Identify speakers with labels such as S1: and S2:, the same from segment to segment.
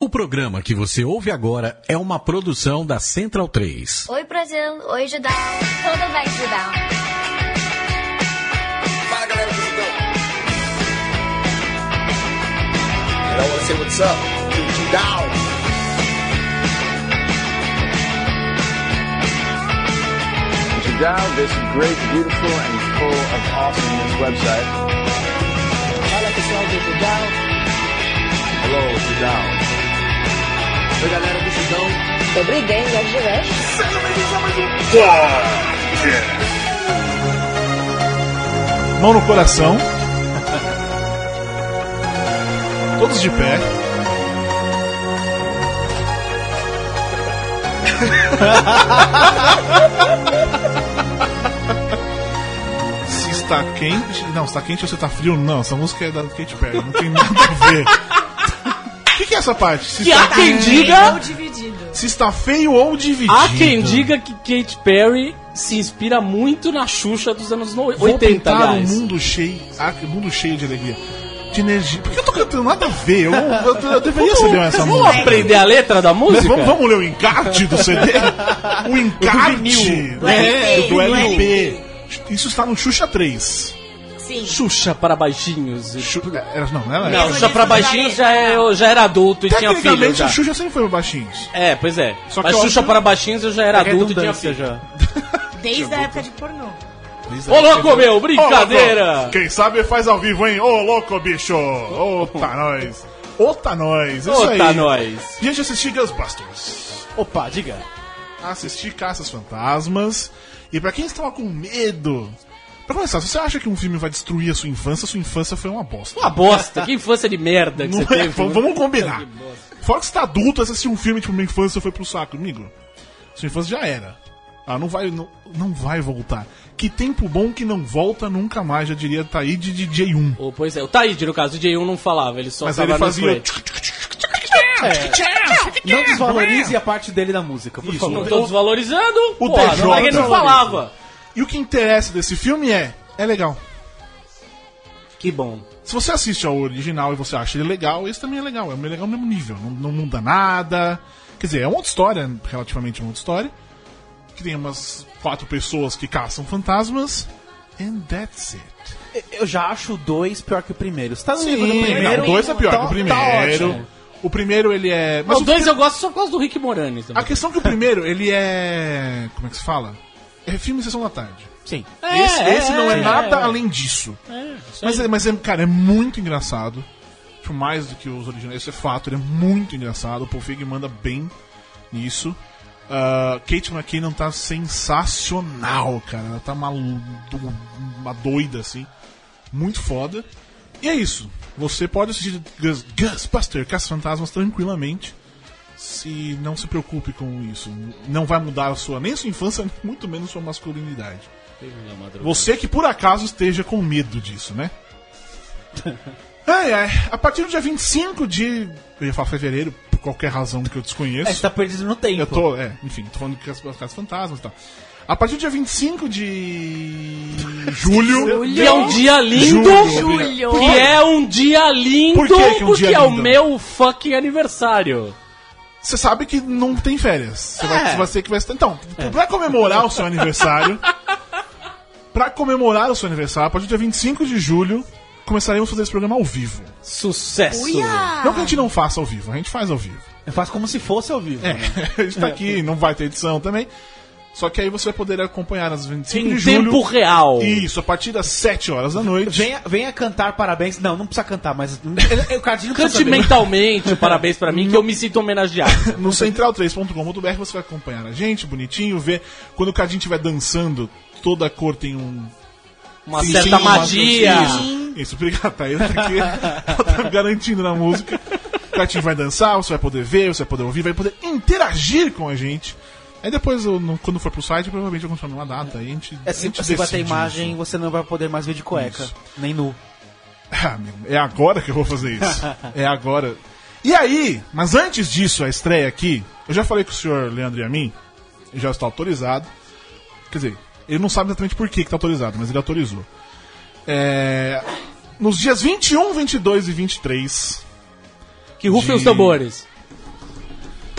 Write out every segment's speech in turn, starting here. S1: O programa que você ouve agora é uma produção da Central 3.
S2: Oi, Brasil. Oi, Judão. Tudo bem, Judão?
S3: Fala galera do Judão. And I wanna say what's up to Judão. Judão, this great, beautiful and full of awesomeness website. Fala pessoal do Judão. Hello, Judão. Oi galera do Judão.
S4: Obrigado, Jorge West.
S5: Mão no coração. Todos de pé. Se está quente. Não, se está quente ou se está frio, não. Essa música é da Kate Perry. Não tem nada a ver. O que, que é essa parte? Se,
S6: Que há
S5: está,
S6: quem diga,
S5: se está feio ou dividido.
S6: há quem diga que Kate Perry se inspira muito na Xuxa dos anos no-
S5: Vou
S6: 80,
S5: pintar um
S6: aliás.
S5: mundo cheio, ah, que mundo cheio de alegria, de energia. Por que eu tô cantando nada a ver? Eu, eu, eu- eu deveria saber essa
S6: Vamos
S5: música.
S6: aprender a letra da
S5: Mas
S6: música?
S5: vamos, vamos ler o encarte do CD? O encarte
S6: vinil.
S5: do
S7: É,
S5: LP.
S7: do
S5: Isso está no Xuxa 3.
S7: Sim.
S6: Xuxa para baixinhos.
S5: Xu- era- não, não era.
S6: Não,
S7: Isso
S6: Xuxa para
S7: não é
S6: baixinhos
S7: da
S6: já, é- eu já era adulto e tinha filho. tá.
S5: Tecnicamente,
S6: Já.
S5: o Xuxa sempre foi baixinhos.
S6: É, pois é.
S5: Só que
S6: Mas
S5: eu
S6: Xuxa
S5: acho-
S6: para baixinhos eu já era
S8: É
S6: adulto e tinha
S8: redundância
S6: filho.
S8: já.
S7: Desde a época de pornô.
S6: Ô, louco, meu,
S5: Ô,
S6: brincadeira!
S5: louco. Quem sabe faz ao vivo, hein? Ô, louco, bicho! Ô, tá nós! Ô, tá nós! Isso
S6: Ô, tá
S5: aí.
S6: nós.
S5: Gente, assisti Ghostbusters.
S8: Opa, diga.
S5: assistir Caças Fantasmas. E pra quem estava com medo. Pra começar, se você acha que um filme vai destruir a sua infância, sua infância foi uma bosta.
S6: Uma bosta, que infância de merda que
S5: Não
S6: você
S5: é?
S6: teve.
S5: Vamos vamos combinar. Fora que você tá adulto, assistir um filme tipo Minha Infância foi pro saco. Amigo, sua infância já era. Ah, não vai, não, não vai voltar. Que tempo bom que não volta nunca mais, já diria Taí de DJ 1.
S6: Ô, pois é, o Taíde, no caso, o J1 não falava, ele só
S5: Mas
S6: tava
S5: ele
S6: no
S5: fazia.
S6: frente.
S8: Não desvalorize a parte dele da música, por
S5: Isso,
S6: Não
S8: favor.
S6: tô desvalorizando,
S5: O
S6: porra,
S5: DJ
S6: não, é que ele não
S5: valoriza.
S6: falava.
S5: E o que interessa desse filme é. É legal.
S6: Que bom.
S5: Se você assiste ao original e você acha ele legal, esse também é legal. É legal no mesmo nível. Não, não muda nada. Quer dizer, é uma outra história, relativamente uma outra história. Que tem umas quatro pessoas que caçam fantasmas. And that's it.
S8: Eu já acho o dois pior que o primeiro. Você tá no
S5: Sim,
S8: livro do primeiro?
S5: não, o dois é pior
S8: tá-
S5: que o
S8: tá
S5: primeiro.
S8: ótimo.
S5: o primeiro ele é. Mas
S6: Os
S5: o-
S6: dois eu gosto só por causa do Rick Moranis.
S5: a
S6: também.
S5: questão é que o primeiro, ele é. Como é que se fala? É filme Sessão da Tarde.
S8: Sim.
S5: esse
S6: É,
S5: esse não é,
S6: é,
S5: nada
S6: é.
S5: além disso.
S6: Isso aí.
S5: Mas, é- mas é, cara, é muito engraçado. Tipo, mais do que os originais, isso é fato, ele é muito engraçado. O Paul Feig manda bem nisso. Ah, Kate McKinnon tá sensacional, cara. Ela tá uma, do- uma doida, assim. Muito foda. E é isso. Você pode assistir Gus- Ghostbuster, Caça Fantasmas, tranquilamente. Se não se preocupe com isso. Não vai mudar a sua, nem a sua infância, muito menos sua masculinidade. Você que por acaso esteja com medo disso, né? Ai, ai. A partir do dia 25 de. Eu ia falar fevereiro, por qualquer razão que eu
S8: É, você
S5: desconheço.
S8: tá perdido no tempo.
S5: Eu tô, é, enfim, tô falando que as casas fantasmas e tal. A partir do dia 25 de. julho.
S6: E é um dia lindo,
S5: Julho.
S6: que é um dia lindo,
S5: Por que que é um
S6: porque
S5: dia
S6: é o
S5: lindo?
S6: meu fucking aniversário.
S5: Você sabe que não tem férias. Você vai,
S8: É.
S5: vai ser que vai. Então, pra comemorar o seu aniversário. pra comemorar o seu aniversário, a partir do dia 25 de julho, começaremos a fazer esse programa ao vivo.
S6: Sucesso.
S5: Não que a gente não faça ao vivo, a gente faz ao vivo.
S8: Ah. Eu faço como se fosse ao vivo. né?
S5: É, a gente tá aqui, não vai ter edição também. Só que aí você vai poder acompanhar às 25
S6: Em
S5: de julho.
S6: tempo real.
S5: Isso, a partir das 7 horas da noite.
S8: Venha, venha cantar parabéns. Não, não precisa cantar, mas. O Cardinho não
S6: Cante
S8: precisa saber.
S6: mentalmente, parabéns pra mim, que eu me sinto homenageado.
S5: No central3.com.br você vai acompanhar a gente, bonitinho, ver quando o Cadinho estiver dançando, toda a cor tem um.
S6: Uma
S5: Sim,
S6: certa
S5: sim,
S6: magia.
S5: Isso, isso, obrigado, tá né, Thaís. Aqui, ela tá me garantindo na música. O Cadinho vai dançar, você vai poder ver, você vai poder ouvir, vai poder interagir com a gente. Aí depois, eu não- quando for pro site, provavelmente eu continuo uma data. Aí a gente.
S8: É,
S5: a
S8: se
S5: gente
S8: se bater
S5: decide
S8: imagem, você não vai poder mais ver de cueca.
S5: Isso.
S8: Nem nu.
S5: Ah, meu, é agora que eu vou fazer isso. É agora. E aí, mas antes disso, a estreia aqui, eu já falei com o senhor Leandro e a mim, e já está autorizado. Quer dizer, ele não sabe exatamente por que está autorizado, mas ele autorizou. É, nos dias 21, 22 e 23,
S6: Que rufem
S5: De-
S6: os tambores.
S8: 21, 22,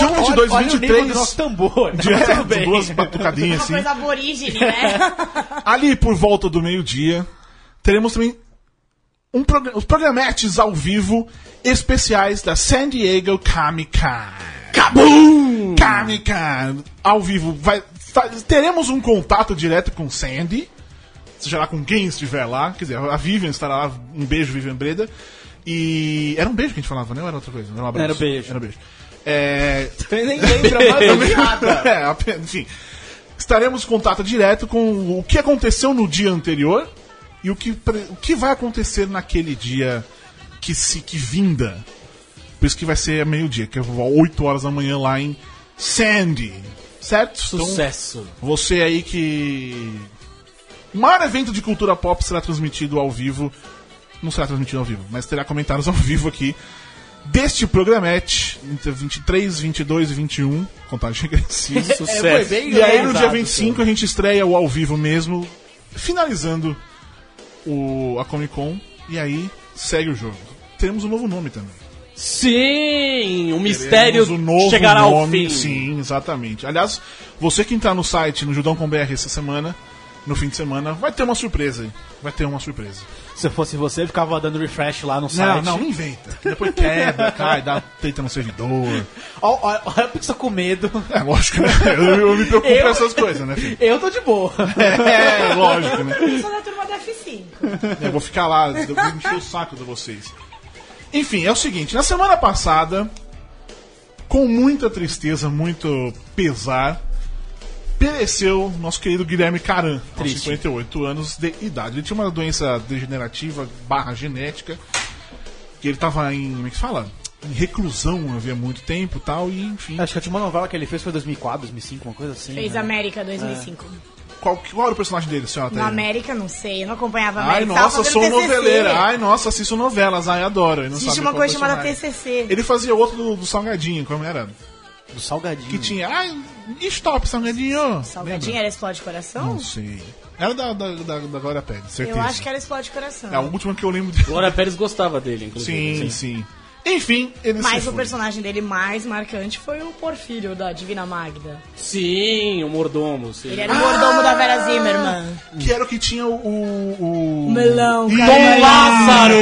S9: olha o nível do
S8: 23.
S9: nosso tambor. né?
S8: de-
S9: Tudo bem.
S8: duas batucadinhas
S7: Uma
S8: assim.
S7: coisa aborígene, né?
S8: Ali por volta do meio-dia, teremos também um progra- os programetes ao vivo especiais da San Diego Comic Con. Kabum! Comic Con! Ao vivo. Vai, fa- teremos um contato direto com Sandy, seja lá com quem estiver lá. Quer dizer, a Vivian estará lá. Um beijo, Vivian Breda. E. Era um beijo que a gente falava, não? Era outra coisa? Era um abraço.
S6: Era beijo.
S8: Era beijo. É,
S9: Ele nem lembra
S6: um
S9: mais do nada.
S8: é, ape- enfim. Estaremos em contato direto com o que aconteceu no dia anterior e o que, pre- o que vai acontecer naquele dia que se que vinda. Por isso que vai ser a meio-dia, que é 8 horas da manhã lá em Sandy. Certo? Então,
S6: Sucesso.
S8: você aí que. O maior evento de cultura pop será transmitido ao vivo. Não será transmitido ao vivo, mas terá comentários ao vivo aqui deste programete, entre 23, 22 e 21, contagem regressiva.
S6: Sucesso.
S9: foi bem
S8: e aí no dia
S6: Exato,
S8: 25 a gente estreia o ao vivo mesmo, finalizando o, a Comic Con, e aí segue o jogo. Teremos um novo nome também.
S6: Sim! O mistério
S8: Teremos um novo
S6: chegará ao
S8: nome,
S6: fim.
S8: Sim, exatamente. Aliás, você que entrar no site, no Judão com BR essa semana, no fim de semana, vai ter uma surpresa aí. Vai ter uma surpresa.
S9: Se eu fosse você, eu ficava dando refresh lá no
S8: Não,
S9: site.
S8: não, não inventa. Depois quebra, cai, dá treta no servidor.
S9: Olha, olha- olha a pessoa com medo.
S8: É lógico, né? Eu, eu me preocupo
S9: Eu-
S8: com essas coisas, né, filho?
S9: Eu tô de boa.
S8: É, lógico, né?
S7: Eu sou da turma da F5.
S8: Eu vou ficar lá, eu vou encher o saco de vocês. Enfim, é o seguinte, na semana passada, com muita tristeza, muito pesar, pereceu nosso querido Guilherme Caran, aos
S6: Triste.
S8: 58 anos de idade. Ele tinha uma doença degenerativa barra genética, que ele tava em, como é que se fala? Em reclusão havia muito tempo e tal, e enfim.
S9: Acho que a última novela que ele fez foi 2004, 2005, uma coisa assim.
S7: Fez
S9: né?
S8: É,
S7: América 2005.
S8: Qual, qual era o personagem dele, senhora?
S7: No
S8: Thaís?
S7: América, não sei. Eu não acompanhava a
S8: Ai,
S7: América.
S8: nossa,
S7: tava fazendo
S8: sou
S7: TCC.
S8: noveleira. Ai, nossa, assisto novelas. Ai, adoro. Eu não
S7: Existe
S8: sabia
S7: uma
S8: qual é
S7: coisa chamada
S8: personagem.
S7: TCC.
S8: Ele fazia outro do, do Salgadinho, como era?
S9: Do Salgadinho.
S8: Que tinha. Ai, stop, Salgadinho!
S7: Salgadinho
S8: Lembra?
S7: era Explode Coração?
S8: Não sei. Era da, da, da, da Glória Pérez, certeza.
S7: Eu acho que era Explode Coração.
S8: É a última que eu lembro de.
S6: Glória Pérez gostava dele, inclusive. assim.
S8: Sim, sim, Enfim, ele se
S7: Mas o
S8: foi.
S7: personagem dele mais marcante foi o Porfírio da Divina Magda.
S6: Sim, o mordomo. Sim.
S7: Ele
S10: é
S8: Ah!
S7: era o mordomo da Vera Zimmerman.
S8: Que era o que tinha o. o, o...
S7: Melão,
S8: Isso!
S7: cara,
S6: Lázaro!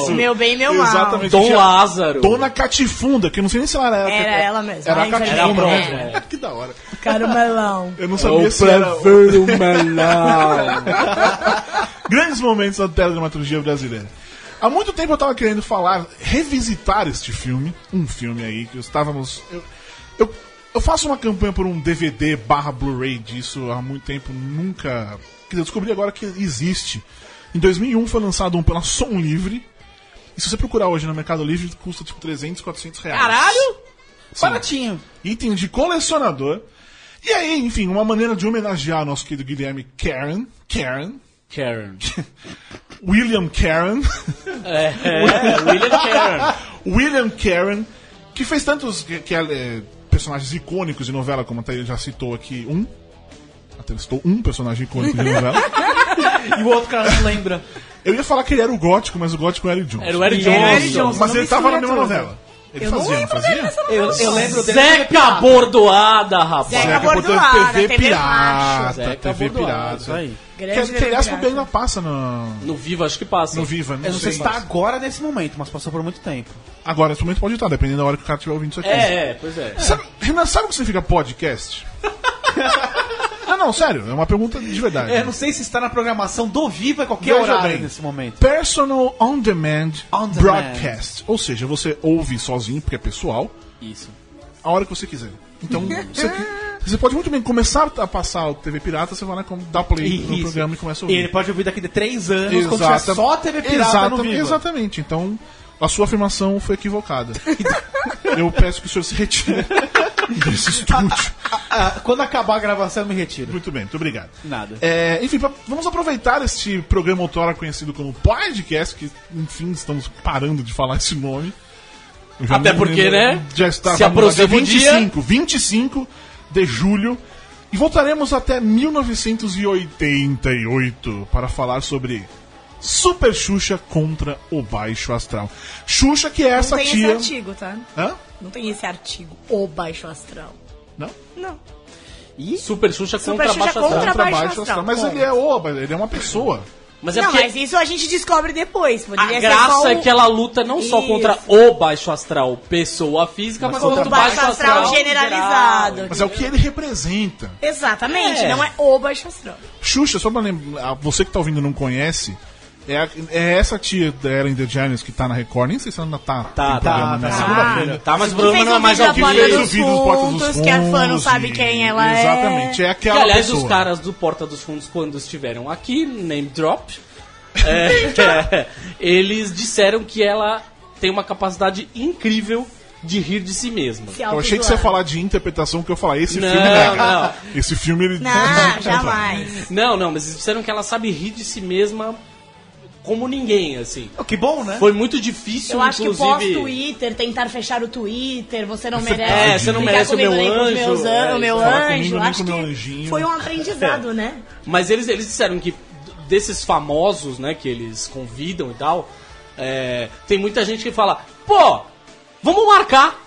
S8: Isso!
S7: Meu bem, meu mal.
S8: Exatamente.
S6: Dom
S8: tinha
S6: Lázaro.
S8: Dona Catifunda, que eu não sei nem se ela era.
S7: Era ela mesma. é.
S8: Era a
S7: Ela
S6: Era a
S8: Catifunda.
S6: próxima.
S8: né? que da hora.
S7: Cara, o melão.
S8: Eu não
S6: Eu
S8: sabia se era.
S6: prefiro o melão.
S8: Grandes momentos da teledramaturgia brasileira. Há muito tempo eu estava querendo falar, revisitar este filme, um filme aí que estávamos. Eu, eu, eu faço uma campanha por um DVD barra Blu-ray disso há muito tempo, nunca. Quer dizer, eu descobri agora que existe. Em 2001 foi lançado um pela Som Livre. E se você procurar hoje no Mercado Livre, custa tipo 300, 400 reais.
S9: Caralho!
S8: Sim
S9: Baratinho.
S8: item de colecionador. E aí, enfim, uma maneira de homenagear nosso querido Guilherme Karen. Karen.
S6: Karen.
S8: William Karen.
S6: É, é, William Karen.
S8: William Karen, que fez tantos que, que, é, personagens icônicos de novela, como a Thaís já citou aqui, um. Até citou um personagem icônico de novela.
S9: E o outro cara não lembra.
S8: Eu ia falar que ele era o gótico, mas o gótico era o Johnson.
S6: Era o Eric
S9: Era o
S6: Johnson.
S9: Eric Johnson.
S8: Mas
S9: não
S8: ele tava na
S9: mistura
S8: mesma
S9: tudo.
S8: novela. Ele
S7: Eu não
S8: fazia, não
S7: lembro dele
S8: fazia?
S7: nessa
S9: Eu, eu lembro dele.
S6: Zeca Bordoada, rapaz.
S7: Zeca
S8: Zeca
S7: Bordoada,
S8: Portela, TV,
S7: TV
S8: Pirata,
S6: Zeca
S8: TV
S6: Bordoada, isso
S8: Pirata.
S6: aí.
S7: Grande
S8: que, que aliás,
S7: Grande
S8: também ainda passa no,
S6: No Viva, acho que passa.
S8: no Viva. né? Não
S9: Eu não sei se
S8: passa.
S9: tá agora nesse momento, mas passou por muito tempo.
S8: Agora, esse momento pode estar, dependendo da hora que o cara estiver ouvindo isso aqui.
S6: É, é, pois é.
S8: Sabe, Renan, sabe o que significa podcast? ah, não, sério, é uma pergunta de verdade.
S9: É, não sei se está na programação do Viva a qualquer
S8: Veja
S9: horário
S8: bem.
S9: nesse momento.
S8: Personal On Demand
S9: On Demand.
S8: Broadcast. Ou seja, você ouve sozinho, porque é pessoal,
S6: Isso.
S8: a hora que você quiser. Então, você, que- você pode muito bem começar a passar o TV Pirata, você vai lá, como- dá play no
S9: Isso.
S8: programa e começa a
S9: E
S8: ouvir.
S9: ele pode ouvir daqui de três anos, quando tiver
S8: Exata-
S9: só a TV pirata
S8: Exata-
S9: no Viva.
S8: Exatamente, então a sua afirmação foi equivocada. Eu peço que o senhor se retire desse estúdio.
S9: Ah, quando acabar a gravação, eu me retiro.
S8: Muito bem, muito obrigado.
S9: Nada.
S8: É, enfim, pra- vamos aproveitar este programa outrora conhecido como podcast, que enfim, estamos parando de falar esse nome. Eu já
S6: Até
S8: não
S6: porque,
S8: lembro-
S6: né,
S8: Já está
S6: se aproxima o dia.
S8: 25, 25 de julho. E voltaremos até 1988 para falar sobre Super Xuxa contra o Baixo Astral. Xuxa que é essa
S7: Tem esse
S8: tia.
S7: artigo, tá?
S8: Hã?
S7: Não tem esse artigo. O baixo astral.
S8: Não?
S10: Tá
S7: Não.
S6: Super Xuxa
S7: Super
S6: contra
S7: Xuxa
S6: Baixo
S7: contra
S6: Astral.
S8: Contra
S7: Baixo
S8: baixo astral.
S7: astral,
S8: Mas
S7: ponto.
S8: ele é oba, ele é uma pessoa.
S6: Mas é
S10: não,
S6: porque
S10: mas isso a gente descobre depois.
S6: a
S10: Poderia ser só um
S6: graça
S10: o-
S6: é que ela luta não só
S10: Isso.
S6: contra o Baixo Astral, pessoa física, mas, contra
S10: o baixo astral, generalizado.
S8: Mas é o que ele representa.
S10: Exatamente,
S6: É.
S10: não é o baixo astral.
S8: Xuxa, só pra lembrar, ah, você que tá ouvindo e não conhece, é, a- é essa tia da Ellen DeGeneres que tá na Record, nem sei se ela ainda tá.
S6: Tá,
S8: tem
S6: tá, tá.
S8: programa, né?
S6: Segunda-feira. Tá, mas o
S10: Que
S6: programa
S10: fez
S6: não é
S10: um
S6: mais
S10: vídeo
S6: ao
S10: da Porta
S8: Fez
S6: vivo.
S8: o
S10: dos
S8: vídeo do Porta dos
S10: Fundos, que a fã não sabe
S8: Fundos,
S10: quem ela é.
S8: Exatamente, é
S6: Que,
S8: aquela
S6: aliás,
S8: pessoa.
S6: os caras do Porta dos Fundos, quando estiveram aqui, name drop, é, é, eles disseram que ela tem uma capacidade incrível de rir de si mesma.
S10: é
S7: Se
S8: Eu achei que você ia falar de interpretação, que eu ia falar, esse
S6: Não,
S8: filme né?
S6: não.
S8: Esse filme ele.
S10: Não, jamais.
S6: Não, não, mas eles disseram que ela sabe rir de si mesma como ninguém, assim.
S9: Oh, que bom, né?
S6: Foi muito difícil,
S7: Eu acho que
S6: inclusive.
S7: pós-Twitter, tentar fechar o Twitter, você não merece.
S6: É, você não
S7: brincar
S6: merece o
S7: comigo
S6: meu
S7: nem com os
S6: anjo,
S7: meus an-
S6: é,
S7: o meu
S8: falar
S7: anjo,
S8: comigo nem
S7: acho
S8: com o meu
S7: que
S8: anjinho.
S7: foi um aprendizado, né?
S6: Mas eles, eles disseram que d- desses famosos, né, que eles convidam e tal, é, tem muita gente que fala, pô, vamos marcar.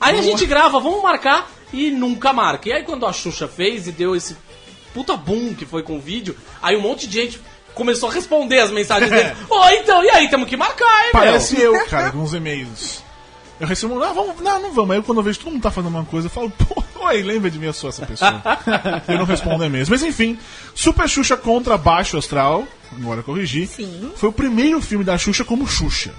S6: Aí a gente grava, vamos marcar e nunca marca. E aí quando a Xuxa fez e deu esse puta boom que foi com o vídeo, aí um monte de gente começou a responder as mensagens dele. Ô, então, e aí, temos que marcar, hein,
S8: Parece
S6: meu?
S8: eu, cara, com os e-mails. Eu recebo, ah, vamos, não, não vamos. Aí quando eu vejo que todo mundo tá fazendo uma coisa, eu falo, pô, oi, lembra de mim, eu sou essa pessoa. eu não respondo e-mails. Mas enfim, Super Xuxa contra Baixo Astral, agora corrigi.
S10: Sim.
S8: Foi o primeiro filme da Xuxa como Xuxa.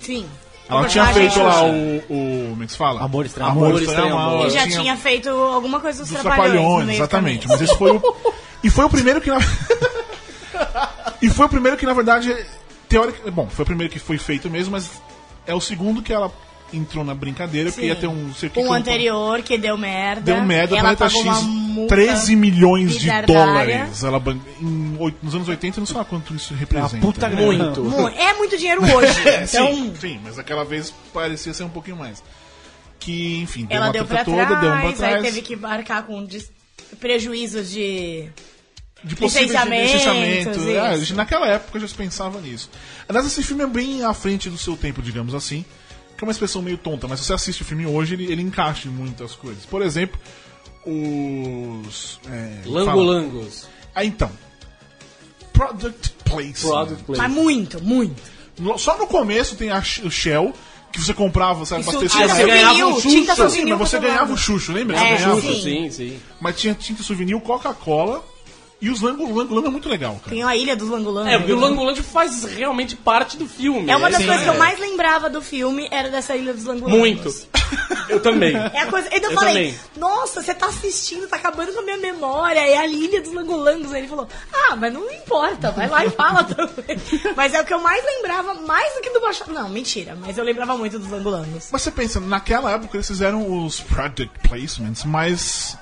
S10: Sim.
S8: Ela
S10: Uma
S8: tinha
S10: personagem
S8: feito lá um
S10: Xuxa.
S8: o, o. Como é que se fala?
S9: Amor Estranho
S8: Amor,
S6: Amor,
S8: Estranho
S6: Estranho
S8: Amor.
S10: E
S6: Amor.
S10: já tinha feito alguma coisa dos,
S8: dos
S10: trapalhões. no
S8: Trapalhões,
S10: meio do
S8: exatamente.
S10: caminho.
S8: Mas esse foi o. E foi o primeiro que na. e foi o primeiro que, na verdade, teórica. Bom, foi o primeiro que foi feito mesmo, mas é o segundo que ela entrou na brincadeira, porque
S10: Sim.
S8: ia ter um. Sei o que,
S10: Um
S8: que eu-
S10: anterior que deu merda.
S8: Deu um merda,
S10: ela
S8: Planeta
S10: pagou
S8: X,
S10: uma multa.
S8: 13 milhões de
S10: bilhardária.
S8: dólares. Ela, ban- em oito- nos anos 80, eu não sei lá quanto isso representa.
S9: puta
S8: né?
S9: grana.
S6: Muito.
S10: Mu- É muito dinheiro hoje.
S8: É,
S10: então,
S8: sim, sim, mas aquela vez parecia ser um pouquinho mais. Que, enfim, deu
S10: ela
S8: uma
S10: deu
S8: treta
S10: pra
S8: toda,
S10: trás,
S8: deu uma pra
S10: aí
S8: trás.
S10: teve que marcar com des- prejuízos de...
S8: de possíveis
S10: Licenciamentos,
S8: licenciamentos.
S10: isso.
S8: Ah, gente, naquela época eu já se pensava nisso. Aliás, esse filme é bem à frente do seu tempo, digamos assim. Que é uma expressão meio tonta, mas se você assiste o filme hoje, ele, ele encaixa em muitas coisas. Por exemplo, os. É, fala-
S6: Langolangos.
S8: Ah, então. Product Place.
S6: Product Place.
S10: Mas muito, muito.
S8: Só no começo tem a Sh- o Shell, que você comprava, você
S10: Isso,
S8: abastecia.
S10: tinta
S8: mas-
S6: você ganhava
S10: souvenir,
S6: um
S10: tinta
S6: chuchu.
S8: Sim,
S10: souvenir
S8: mas você
S10: pra todo
S8: ganhava um
S10: lado.
S8: o Xuxo, lembra? Você
S10: É,
S8: ganhava.
S10: sim.
S6: sim, sim.
S8: Mas tinha tinta souvenir, Coca-Cola e os Lango Lango. Lango é muito legal, cara.
S10: Tem a ilha dos Langolango.
S6: É, porque o Langolango faz realmente parte do filme.
S10: É uma das
S6: Sim.
S10: coisas que eu mais lembrava do filme, era dessa ilha dos Langolangos.
S6: Muito. Eu também.
S10: É a coisa. Então eu,
S6: Eu
S10: falei,
S6: também.
S10: nossa, você tá assistindo, tá acabando com a minha memória, é a Lília dos Langolangos. Aí ele falou, ah, mas não importa, vai lá e fala também. mas é o que eu mais lembrava, mais do que do Baixo. Não, mentira, mas eu lembrava muito dos Langolangos.
S8: Mas você pensa, naquela época eles fizeram os product placements, mas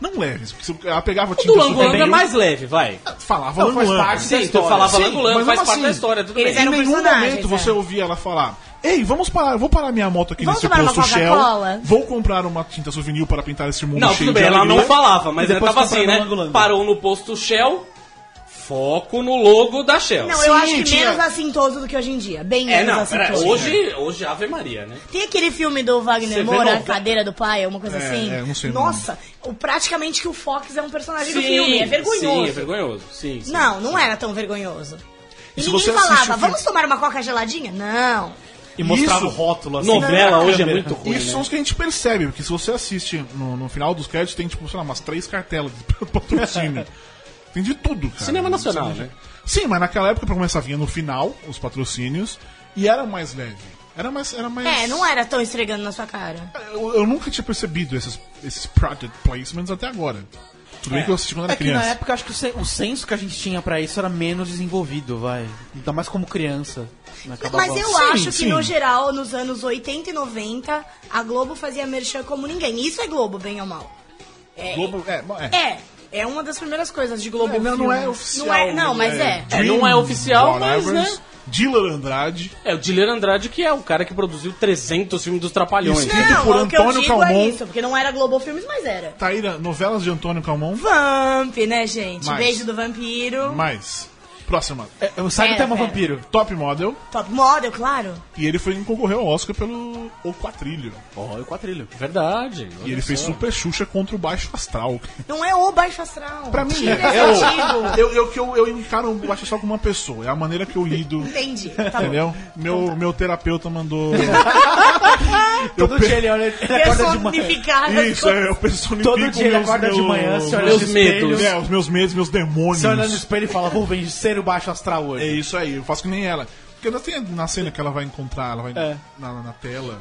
S8: não leves, porque você- um ela pegava tinta
S6: Do Langolango é
S8: souvenir,
S6: mais leve, vai.
S8: falava não,
S9: faz parte
S6: Sim, então eu falava
S8: Sim,
S6: Langolango, faz
S8: mas mesmo
S6: parte da
S8: assim,
S6: história, tudo
S10: eles
S6: bem.
S8: Em
S10: eram
S8: nenhum
S10: personagens,
S8: momento você
S10: é.
S8: ouvia ela falar: "Ei, vamos parar, eu vou parar minha moto aqui
S10: Vamos
S8: nesse
S10: tomar uma
S8: posto Shell.
S10: Coca-Cola?
S8: Vou comprar uma tinta souvenir para pintar esse mundo
S6: Não,
S8: cheio
S6: tudo bem,
S8: de
S6: ela
S8: alegria."
S6: não falava, mas
S9: E
S6: ela
S9: depois
S6: tava
S9: compra
S6: assim, né?
S9: no Langolango.
S6: Parou no posto Shell, foco no logo da Shell.
S10: Não,
S8: Sim,
S10: eu acho que
S8: tinha-
S10: menos assintoso do que hoje em dia. Bem
S6: É,
S10: menos
S6: não, pera,
S10: assintoso.
S6: hoje, hoje Ave Maria, né?
S10: Tem aquele filme do
S6: Você vê
S10: Wagner Moura,
S6: no-
S10: Cadeira do Pai, alguma coisa
S8: É,
S10: assim?
S8: é, não sei o nome.
S10: Nossa, o, praticamente que o Fox é um personagem do filme. É vergonhoso.
S6: Sim, é vergonhoso. Sim, sim.
S10: Não, não era tão vergonhoso.
S8: E
S10: E,
S8: se você
S10: ninguém
S8: assiste o
S10: falava,
S8: filme-
S10: vamos tomar uma coca geladinha? Não.
S9: E
S8: Isso.
S9: mostrava o rótulo assim.
S6: Novela
S9: na
S6: hoje é
S9: câmera.
S6: muito ruim,
S8: Isso
S6: né?
S8: são os que a gente percebe, porque se você assiste no, no final dos créditos, tem, tipo, sei lá, umas três cartelas de patrocínio. tem de tudo, cara.
S6: Cinema nacional,
S8: Sim,
S6: né?
S8: Sim, mas naquela época, pra começar, vinha no final os patrocínios e era mais leve. Era mais. Era mais...
S10: É, não era tão esfregando na sua cara.
S8: Eu, eu nunca tinha percebido esses, esses product placements até agora. Tudo bem que eu assisti quando era
S9: É que na
S8: criança.
S9: época acho que o sen- o senso que a gente tinha pra isso era menos desenvolvido, vai. Ainda mais como criança. né, acabava-
S10: Mas eu
S8: Sim,
S10: acho que,
S8: sim.
S10: no geral, nos anos 80 e 90, a Globo fazia merchan como ninguém. Isso é Globo, bem ou mal.
S8: Globo, é, bom, é.
S10: É, é uma das primeiras coisas de Globo.
S8: É, não, não é
S10: Filmes.
S8: oficial. né?
S10: Não, é- não, mas é.
S6: É, não é oficial, mas,
S8: whatevers,
S6: né?
S8: Dylan Andrade.
S6: É o Diler Andrade, que é o cara que produziu 300 filmes dos Trapalhões.
S8: Isso. Escrito
S10: Não, é
S8: Tipo, por
S10: o que eu
S8: Antônio
S10: digo
S8: Calmon.
S10: é isso, porque não era Globo Filmes, mas era.
S8: Taíra, novelas de Antônio Calmon.
S10: Vamp, né, gente?
S8: Mais.
S10: Beijo do vampiro.
S8: Mais. Próxima.
S9: É, o Saga
S10: Pera,
S9: tá uma
S10: pera.
S9: vampiro.
S8: Top Model.
S10: Top model, claro.
S8: E ele foi concorreu ao Oscar pelo O Quatrilho.
S9: Ó, o quadrilho.
S6: Verdade.
S8: E ele fez Super Xuxa contra o Baixo Astral.
S10: Não é o baixo astral.
S8: Pra mim,
S10: Tira esse
S8: é
S10: antigo.
S8: o, eu, eu, que eu, eu encaro o Baixo Astral como uma pessoa. É a maneira que eu lido.
S10: Entendi. Tá bom.
S8: Entendeu? Meu, meu terapeuta mandou.
S9: Todo
S8: pe-
S9: dia ele olha, ele acorda de manhã.
S10: Personificada.
S8: Isso, é, eu personifico
S9: Todo dia ele
S8: meus-
S9: acorda de
S8: meus-
S9: manhã, se olha
S6: meus
S9: no espelho.
S6: medos.
S8: É, os meus medos, meus demônios.
S9: Se olha no espelho e fala, vou vencer o baixo astral hoje.
S8: É isso aí, eu faço que nem ela. Porque ela tem na cena que ela vai encontrar, ela vai
S9: É.
S8: na, na tela.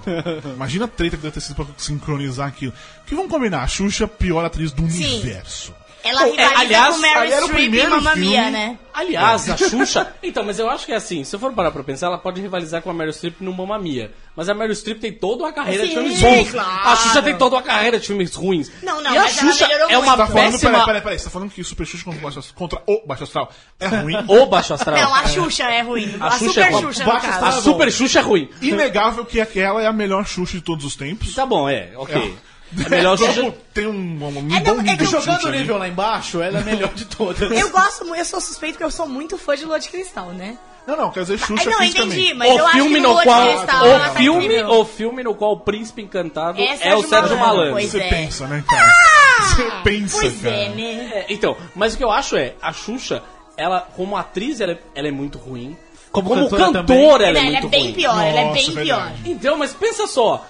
S8: Imagina a treta que deve ter sido pra sincronizar aquilo. Que vamos combinar, a Xuxa, é a pior atriz do
S10: Sim.
S8: universo.
S10: Ela
S6: Bom, é,
S10: rivaliza
S6: aliás,
S10: com Mary
S8: era o
S10: Streep e
S8: primeiro
S10: Mamma Mia,
S8: filme-
S10: né?
S6: Aliás, a Xuxa. Então, mas eu acho que é assim, se eu for parar pra pensar, ela pode rivalizar com a Meryl Streep no Mamma Mia. Mas a Meryl Streep tem toda uma carreira de
S10: Sim,
S6: filmes bons.
S10: claro.
S6: A Xuxa tem toda uma carreira de filmes ruins.
S10: Não, não,
S6: e a
S10: mas ela
S6: Xuxa
S10: melhorou
S6: é uma
S10: muito. Tá
S8: Falando,
S6: péssima.
S8: peraí, peraí, peraí, você tá falando que o Super Xuxa contra o Baixo Astral, contra o Baixo Astral é ruim?
S6: Ou Baixo Astral.
S10: Não,
S8: né?
S10: tá a Xuxa é ruim.
S6: A
S10: A,
S6: Xuxa é
S10: Super
S6: uma
S10: Xuxa, no
S8: baixa
S10: caso.
S6: A Super Xuxa é ruim.
S8: Inegável que aquela é a melhor Xuxa de todos os tempos.
S6: Tá bom, é, ok. A melhor
S8: Todo
S6: Xuxa.
S8: mundo Tem um, um,
S10: É, não,
S8: bom
S10: é que
S8: nível
S10: eu-
S8: de
S9: Jogando
S8: Xuxa né?
S9: o
S8: ali.
S9: nível lá embaixo, ela é a melhor de todas.
S10: Eu gosto, mu- eu sou suspeito porque eu sou muito fã de Lua de Cristal, né?
S8: Não, não, quer dizer Xuxa
S10: Ah, não, eu
S8: fisicamente.
S10: entendi, mas eu
S6: O
S10: acho que
S6: filme, no
S10: Lua de
S6: qual,
S10: Cristal ela
S6: o,
S10: tá
S6: filme,
S10: incrível.
S6: o filme no qual o príncipe encantado
S10: É
S6: é, o
S10: Sérgio
S6: Sérgio
S10: Malandro,
S6: Malandro.
S10: pois
S8: Você
S10: é. Ah!
S8: pensa, né, cara? Você pensa,
S10: Pois
S8: cara.
S10: é, né?
S6: É, então, mas o que eu acho é, a Xuxa, ela, como atriz, ela é, ela é muito ruim.
S9: Como
S6: Como
S9: cantora
S6: cantora, ela
S9: também.
S6: é
S10: Não, ela é
S6: muito
S10: bem
S6: ruim.
S10: pior, ela é bem
S8: Nossa,
S10: pior.
S8: verdade.
S6: Então, mas pensa só.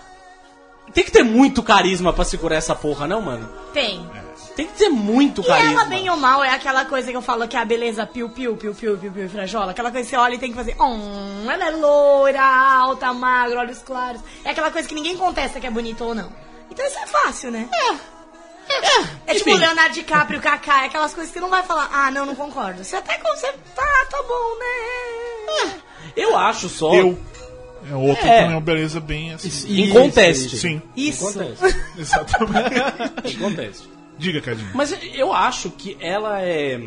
S6: Tem que ter muito carisma pra segurar essa porra, não, mano?
S10: Tem.
S6: Tem que ter muito
S10: E
S6: carisma.
S10: ela, bem ou mal, é aquela coisa que eu falo que é a beleza piu-piu, piu-piu, piu-piu e frajola. Aquela coisa que você olha e tem que fazer. Hum, ela é loira, alta, magra, olhos claros. É aquela coisa que ninguém contesta que é bonita ou não. Então isso é fácil, né? É. É tipo
S6: Enfim.
S10: Leonardo DiCaprio, Kaká, é aquelas coisas que não vai falar, ah, não, não concordo. Você até consegue, tá, tá bom, né?
S6: Eu acho só.
S8: Eu. É outro
S6: É.
S8: também, uma beleza bem assim.
S6: Em conteste.
S8: Sim,
S10: Isso.
S8: exatamente.
S6: Em conteste.
S8: Diga, Cadinho.
S6: Mas eu acho que ela é.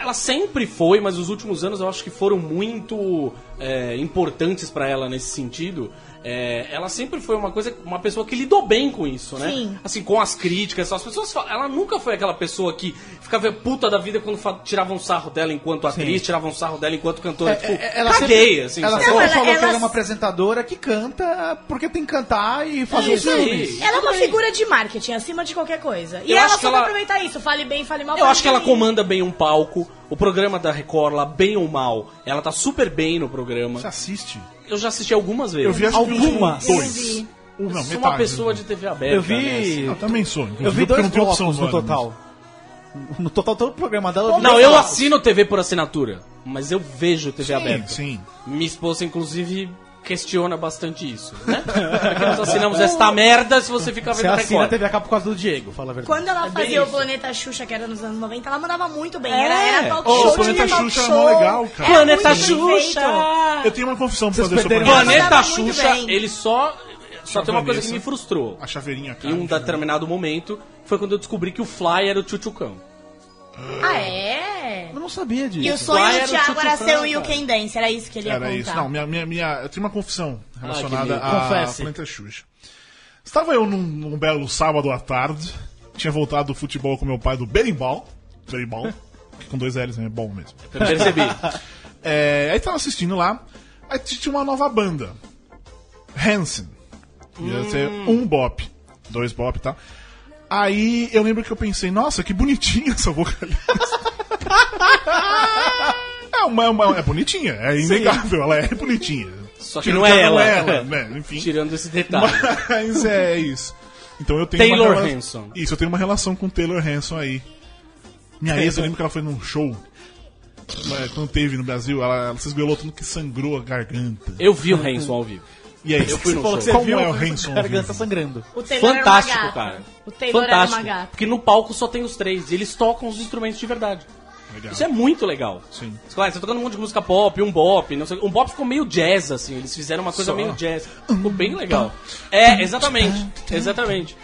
S6: Ela sempre foi, mas os últimos anos eu acho que foram muito é, importantes pra ela nesse sentido. É, ela sempre foi uma coisa, uma pessoa que lidou bem com isso, né?
S10: Sim.
S6: Assim, com as críticas, as pessoas falam, ela nunca foi aquela pessoa que ficava puta da vida quando fa- tiravam sarro dela enquanto atriz, tiravam sarro dela enquanto cantora. tipo, caguei,
S9: sempre-
S6: assim.
S9: É, Ela
S6: sabe?
S9: sempre
S10: Não, ela-
S9: falou que
S10: ela-
S9: ela é uma apresentadora que canta porque tem que cantar e fazer os
S6: isso aí.
S9: filmes.
S10: Ela é uma
S6: Tudo bem.
S10: figura de marketing, acima de qualquer coisa. E
S6: Eu
S10: ela
S6: acho que
S10: soube
S6: ela-
S10: aproveitar isso. Fale bem, fale mal.
S6: Eu
S10: fale
S6: acho que ela
S10: bem.
S6: comanda bem um palco. O programa da Record lá, bem ou mal, ela tá super bem no programa.
S8: Você assiste?
S6: Eu já assisti algumas vezes.
S8: Eu vi acho que uns
S9: Algumas.
S8: Dois.
S10: vi.
S8: Um, não,
S6: Eu sou
S8: metade.
S6: uma pessoa de TV aberta.
S9: Eu
S6: né, assim.
S9: vi.
S8: Eu também sou. inclusive,
S9: Eu vi
S8: porque
S9: dois
S8: não tenho opção
S9: blocos no
S8: agora, né?
S9: total. No total, todo o programa dela. vi
S6: Não,
S9: dois
S6: eu
S9: blocos.
S6: assino TV por assinatura, mas eu vejo TV aberta.
S8: mas- Sim, sim.
S6: Minha esposa, inclusive, questiona bastante isso, né? Porque nós assinamos esta merda se você ficar
S9: Você
S6: vendo
S9: assina a
S6: Record.
S9: TV a cabo por causa do Diego, fala a verdade.
S10: Quando
S8: É
S6: É
S10: ela fazia o Planeta Xuxa, que era nos anos 90, ela mandava muito bem. Era,
S6: É.
S10: era talk
S6: Ô,
S10: show,
S8: o Planeta
S10: tinha talk
S8: Xuxa era
S10: show.
S8: mó legal, cara.
S10: Era muito
S6: Planeta
S10: bem
S6: Xuxa!
S10: feito.
S8: Eu tenho uma confissão pra
S9: Vocês
S8: fazer sobre
S9: perderam
S8: ela.
S10: ela
S6: Planeta
S10: mandava muito
S6: Xuxa,
S10: bem.
S6: ele só. Só
S8: A
S6: tem uma coisa que
S8: Vanessa.
S6: me frustrou.
S8: A chaveirinha, cara.
S6: Em um determinado momento, foi quando eu descobri que o Fly era o Tchutchucão.
S10: Ah, é?
S9: Eu não sabia disso.
S10: E o sonho
S6: era
S10: do
S6: o
S10: Thiago era
S6: Tchutchucã,
S10: ser o
S6: cara.
S10: You Can Dance, era isso que ele ia
S8: Era
S10: contar.
S8: isso. Não, minha, minha, minha, eu tenho uma confissão
S6: Ah,
S8: relacionada
S6: que
S8: a à
S9: Confesse.
S8: Planeta Xuxa. Estava eu num, num belo sábado à tarde, tinha voltado do futebol com meu pai do berimbau, berimbau, que com dois L's né, é bom mesmo.
S6: Eu percebi.
S8: É, aí tava assistindo lá, aí t- tinha uma nova banda. Hanson. Ia ser
S6: Hum.
S8: um bop, dois bop e tal. Aí eu lembro que eu pensei, nossa, que bonitinha essa vocalista. é, uma, uma- é bonitinha, é inegável, ela é bonitinha.
S6: Só que
S8: Tirando
S6: não é ela.
S8: né, Enfim.
S6: Tirando esse detalhe.
S8: Mas é isso. Então eu tenho
S6: Taylor
S8: uma rela-
S6: Hanson.
S8: Isso, eu tenho uma relação com o Taylor Hanson aí. Minha ex, eu lembro que ela foi num show. é, Quando teve no Brasil, ela, ela se esgoelou tanto que sangrou a garganta.
S6: Eu vi o Hanson ao vivo.
S8: E aí,
S6: Eu fui no show.
S8: Como é o Hanson?
S9: garganta sangrando.
S10: O Taylor
S6: Fantástico,
S10: era uma gata.
S6: cara.
S10: O Taylor
S6: Fantástico.
S10: era uma gata.
S6: Porque no palco só tem os três e eles tocam os instrumentos de verdade.
S8: Legal.
S6: Isso é muito legal.
S8: Sim.
S6: Claro, você tá tocando um monte de música pop, um bop, não sei, um bop ficou meio jazz, assim, eles fizeram uma coisa
S8: Só.
S6: meio jazz. Ficou bem legal. É, exatamente, exatamente.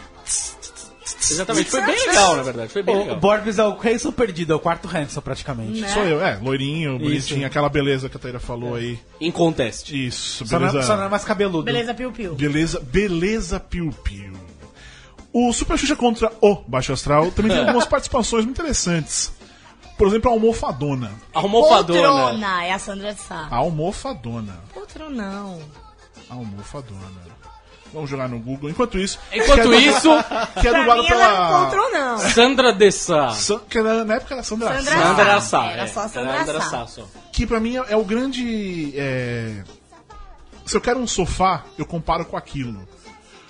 S6: Exatamente, foi bem legal, na verdade, foi bem
S9: O
S6: legal.
S9: Borbs é o Hanson perdido, é o quarto Hanson praticamente.
S10: Né?
S8: Sou eu, é, loirinho, bonitinho, aquela beleza que a Taylor falou aí.
S6: Em contest.
S8: Isso,
S9: Só não,
S8: beleza.
S9: é, só não é mais cabeludo.
S10: Beleza, Piu Piu.
S8: Beleza, beleza, piu-piu. O Super Xuxa contra o Baixo Astral também tem algumas participações muito interessantes. Por exemplo, a almofadona.
S6: A almofadona.
S10: Poltrona, é a Sandra de Sá.
S8: A almofadona.
S10: Poltronão.
S8: A almofadona. Vamos jogar no Google. Enquanto isso.
S6: Enquanto
S8: que é do-
S6: isso,
S8: Que é
S10: Pra
S8: dublado
S10: mim, ela um não
S8: pela.
S10: encontrou, não.
S6: Sandra Dessá.
S8: San- que era- na época era Sandra,
S10: Sandra
S8: Sá,
S6: Sandra Sá.
S10: Era
S6: é.
S10: só Sandra
S6: Era
S10: Sá.
S6: só.
S8: Que pra mim é, é o grande. é, Se eu quero um sofá, eu comparo com aquilo.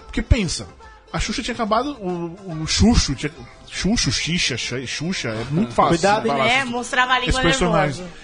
S8: Porque pensa, a Xuxa tinha acabado. O, o Xuxo tinha. Xuxo, Xixa, Xe- Xuxa, é muito fácil.
S9: Cuidado, hein?
S6: né,
S8: falar
S10: É,
S8: Xuxa.
S10: mostrava a
S8: Esse
S10: língua
S8: personagem.
S10: nervosa.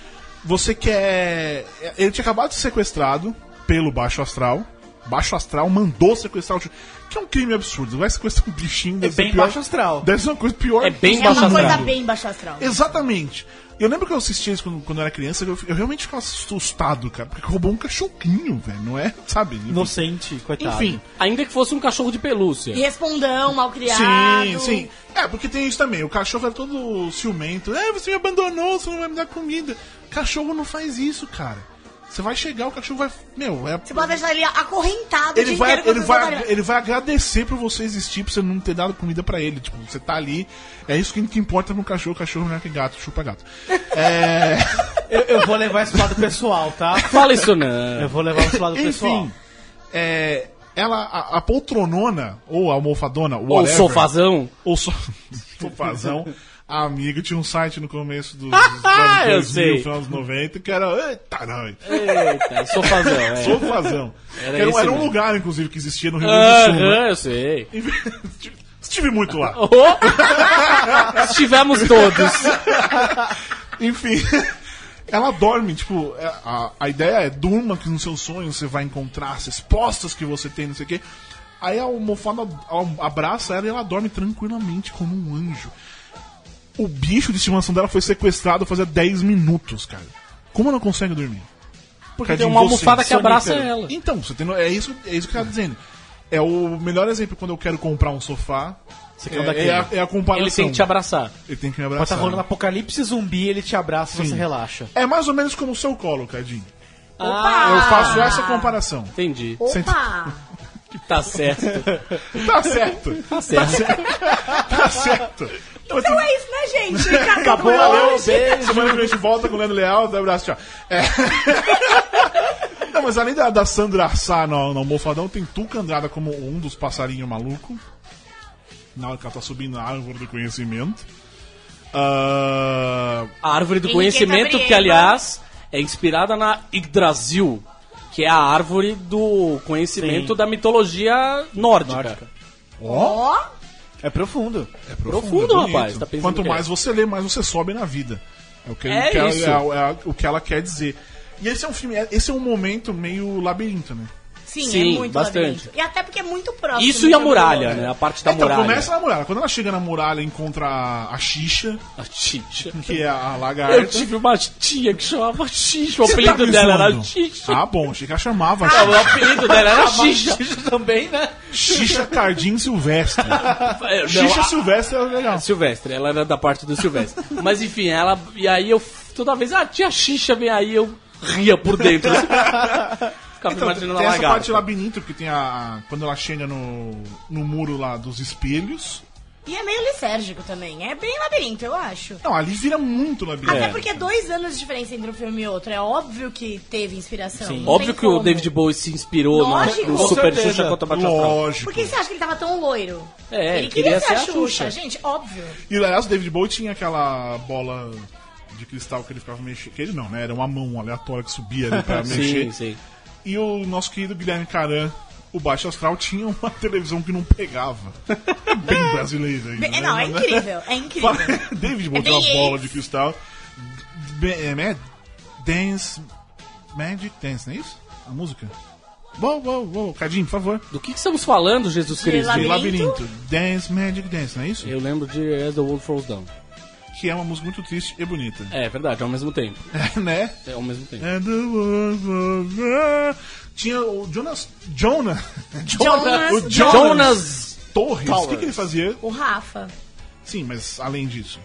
S8: Você quer. Ele tinha acabado de ser sequestrado pelo Baixo Astral. Baixo Astral mandou sequestrar o Xuxa. Que é um crime absurdo. Vai sequestrar um bichinho.
S9: É
S8: deve ser
S9: bem
S8: pior-
S9: baixo astral.
S8: Deve ser uma coisa pior
S6: É
S8: que
S6: bem
S8: os
S10: É
S6: baixo
S10: uma
S8: caras.
S10: coisa
S6: astral.
S10: bem baixo astral.
S8: Exatamente. Eu lembro que eu assistia isso quando, quando eu era criança, eu, eu realmente ficava assustado, cara, porque roubou um cachorrinho, velho, não é? Sabe? Enfim.
S9: Inocente, coitado.
S8: Enfim.
S6: Ainda que fosse um cachorro de pelúcia.
S10: Respondão, mal criado.
S8: Sim, sim. É, porque tem isso também. O cachorro era todo ciumento. É, você me abandonou, você não vai me dar comida. Cachorro não faz isso, cara. Você vai chegar, o cachorro vai. Meu, é.
S10: Você pode deixar ele acorrentado o
S8: Ele
S10: dia
S8: vai,
S10: inteiro com
S8: ele,
S10: essas
S8: vai,
S10: batalhas.
S8: ele vai agradecer por você existir, por você não ter dado comida pra ele. Tipo, você tá ali. É isso que, que importa pro cachorro. Cachorro não é que gato, chupa gato.
S9: Eu, eu vou levar esse lado pessoal, tá?
S6: Fala isso não.
S9: Eu vou levar esse lado pessoal.
S8: Enfim, é, ela, a, a poltronona, ou a almofadona,
S6: Ou
S8: whatever,
S6: Um sofazão.
S8: ou so- sofazão, a amiga tinha um site no começo dos, dos
S6: Ah,
S8: anos
S6: eu
S8: 2000,
S6: sei.
S8: final dos 90, que era, eita, não,
S6: Eita, sofazão. É.
S8: sofazão.
S6: Era
S8: Era, um-
S6: esse
S8: era um
S6: mesmo.
S8: lugar, inclusive, que existia no Rio Grande do Sul. né?
S6: Aham, eu sei.
S8: Estive- Estive muito lá.
S6: Oh! Estivemos todos.
S8: Enfim, ela dorme, tipo, é, a, a ideia é durma que nos seus sonhos você vai encontrar as respostas que você tem, não sei o quê. Aí a almofada a- abraça ela e ela dorme tranquilamente como um anjo. O bicho de estimação dela foi sequestrado fazia 10 minutos, cara. Como ela não consegue dormir?
S6: Porque
S8: de
S6: tem uma almofada
S8: inocência.
S6: que abraça ela.
S8: Então, você tem, no- é, isso, é isso que ela tá dizendo. É o melhor exemplo quando eu quero comprar um sofá.
S9: Você quer um
S8: É,
S9: daquele.
S8: é a, é a comparação.
S6: né? Ele tem que te abraçar.
S8: Ele tem que me
S9: Mas tá
S8: abraçar.
S9: rolando apocalipse zumbi, ele te abraça e
S8: Sim.
S9: você relaxa.
S8: É mais ou menos como o seu colo, Cadinho.
S6: Ah,
S8: Eu faço essa comparação.
S6: entendi.
S10: Opa!
S6: Tá certo.
S8: Tá certo.
S6: Tá certo.
S8: Tá certo. Então,
S10: Então é isso, né, gente?
S8: Acabou,
S10: Acabou
S8: valeu.
S10: hoje.
S8: Semana que vem a gente volta com o Leandro Leal. Um abraço, tchau. É. Não, mas além da, da Sandra Sá no, no Almofadão, tem Tuca Andrada como um dos passarinhos maluco. Na hora que ela tá subindo na árvore do conhecimento. Ah,
S6: A árvore do
S10: E
S6: conhecimento,
S10: ninguém tá
S8: né?
S6: que
S10: abrindo.
S6: aliás é inspirada na Yggdrasil, que é a árvore do conhecimento da mitologia nórdica.
S10: Ó,
S9: É profundo.
S8: é
S6: Profundo,
S8: bonito.
S6: rapaz, tá pensando
S8: Quanto
S6: que é?
S8: mais você lê, mais você sobe na vida. É o que,
S6: É
S8: o que ela-
S6: isso.
S8: é a- é a- o que ela quer dizer. E esse é um filme, é- esse é um momento meio labirinto, né?
S10: sim,
S6: Sim,
S10: é muito
S6: bastante.
S10: labirinto. E até porque é muito próximo.
S6: Isso e a
S10: do
S6: muralha,
S10: Dumbledore.
S6: né? A parte da
S8: então
S6: muralha.
S8: começa na muralha. Quando ela chega na muralha e encontra a, a Xixa,
S6: A Xixa.
S8: que é a, a
S6: Eu
S8: lagarta.
S6: tive uma tia que chamava Xixa, o
S8: Você tá
S6: apelido
S8: me
S6: dela era Ah,
S8: zoando?
S6: Xixa.
S8: Ah, bom, achei que ela chamava a
S6: O
S8: Xixa.
S6: apelido dela era Xixa.
S9: também, né?
S8: Xixa Cardim Silvestre.
S6: É, não,
S8: Xixa
S6: a-
S8: Silvestre era legal.
S6: Silvestre, ela era da parte do Silvestre. Mas enfim, ela. E aí eu. Toda vez, ah, tia Xixa vem aí, eu ria por dentro. Ficava
S8: Então, tem
S6: imaginando
S8: essa
S6: a
S8: parte de
S6: lagarta.
S8: labirinto, porque tem a, a- Quando ela chega no, no muro lá dos espelhos.
S10: E é meio lisérgico também. É bem labirinto, eu
S6: É.
S10: acho.
S8: Não, ali vira muito labirinto.
S10: Até porque é dois anos de diferença entre um filme e outro. É óbvio que teve inspiração. não tem
S6: Óbvio que o
S10: como.
S6: David Bowie se inspirou no-
S10: Lógico.
S6: no,
S10: Com
S6: Super
S9: certeza.
S6: Xuxa contra a Baixa Astral.
S8: Lógico.
S10: Por que você acha que ele tava tão loiro?
S6: É,
S10: ele queria, ser a Xuxa.
S6: Xuxa.
S10: gente, óbvio.
S8: E aliás, o David Bowie tinha aquela bola de cristal que ele ficava mexendo. Que ele não, né? Era uma mão aleatória que subia ali pra
S6: Sim,
S8: mexer.
S6: sim.
S8: E o nosso querido Guilherme Caran, o Baixo Astral, tinha uma televisão que não pegava. É bem brasileiro ainda.
S10: Bem-
S8: né?
S10: não, é incrível, é incrível.
S8: David
S10: É
S8: botou
S10: bem
S8: uma bola
S10: ex.
S8: de cristal. Be- é, ma- Dance. Magic Dance, não é isso? A música? Uou, uou, uou. Cadinho, por favor.
S6: Do que, que estamos falando, Jesus Cristo?
S8: E
S10: Labirinto.
S8: Labirinto. Dance Magic Dance, não é isso?
S6: Eu lembro de As the World Falls Down.
S8: Que é uma música muito triste e bonita.
S6: É verdade, ao mesmo tempo.
S8: né?
S6: É ao mesmo tempo.
S8: And the world was wrong. Tinha o Jonas. Jonah.
S10: Jonas-
S8: o Jonas,
S6: Jonas!
S8: Torres. O que, que ele fazia?
S10: O Rafa.
S8: Sim, mas além disso.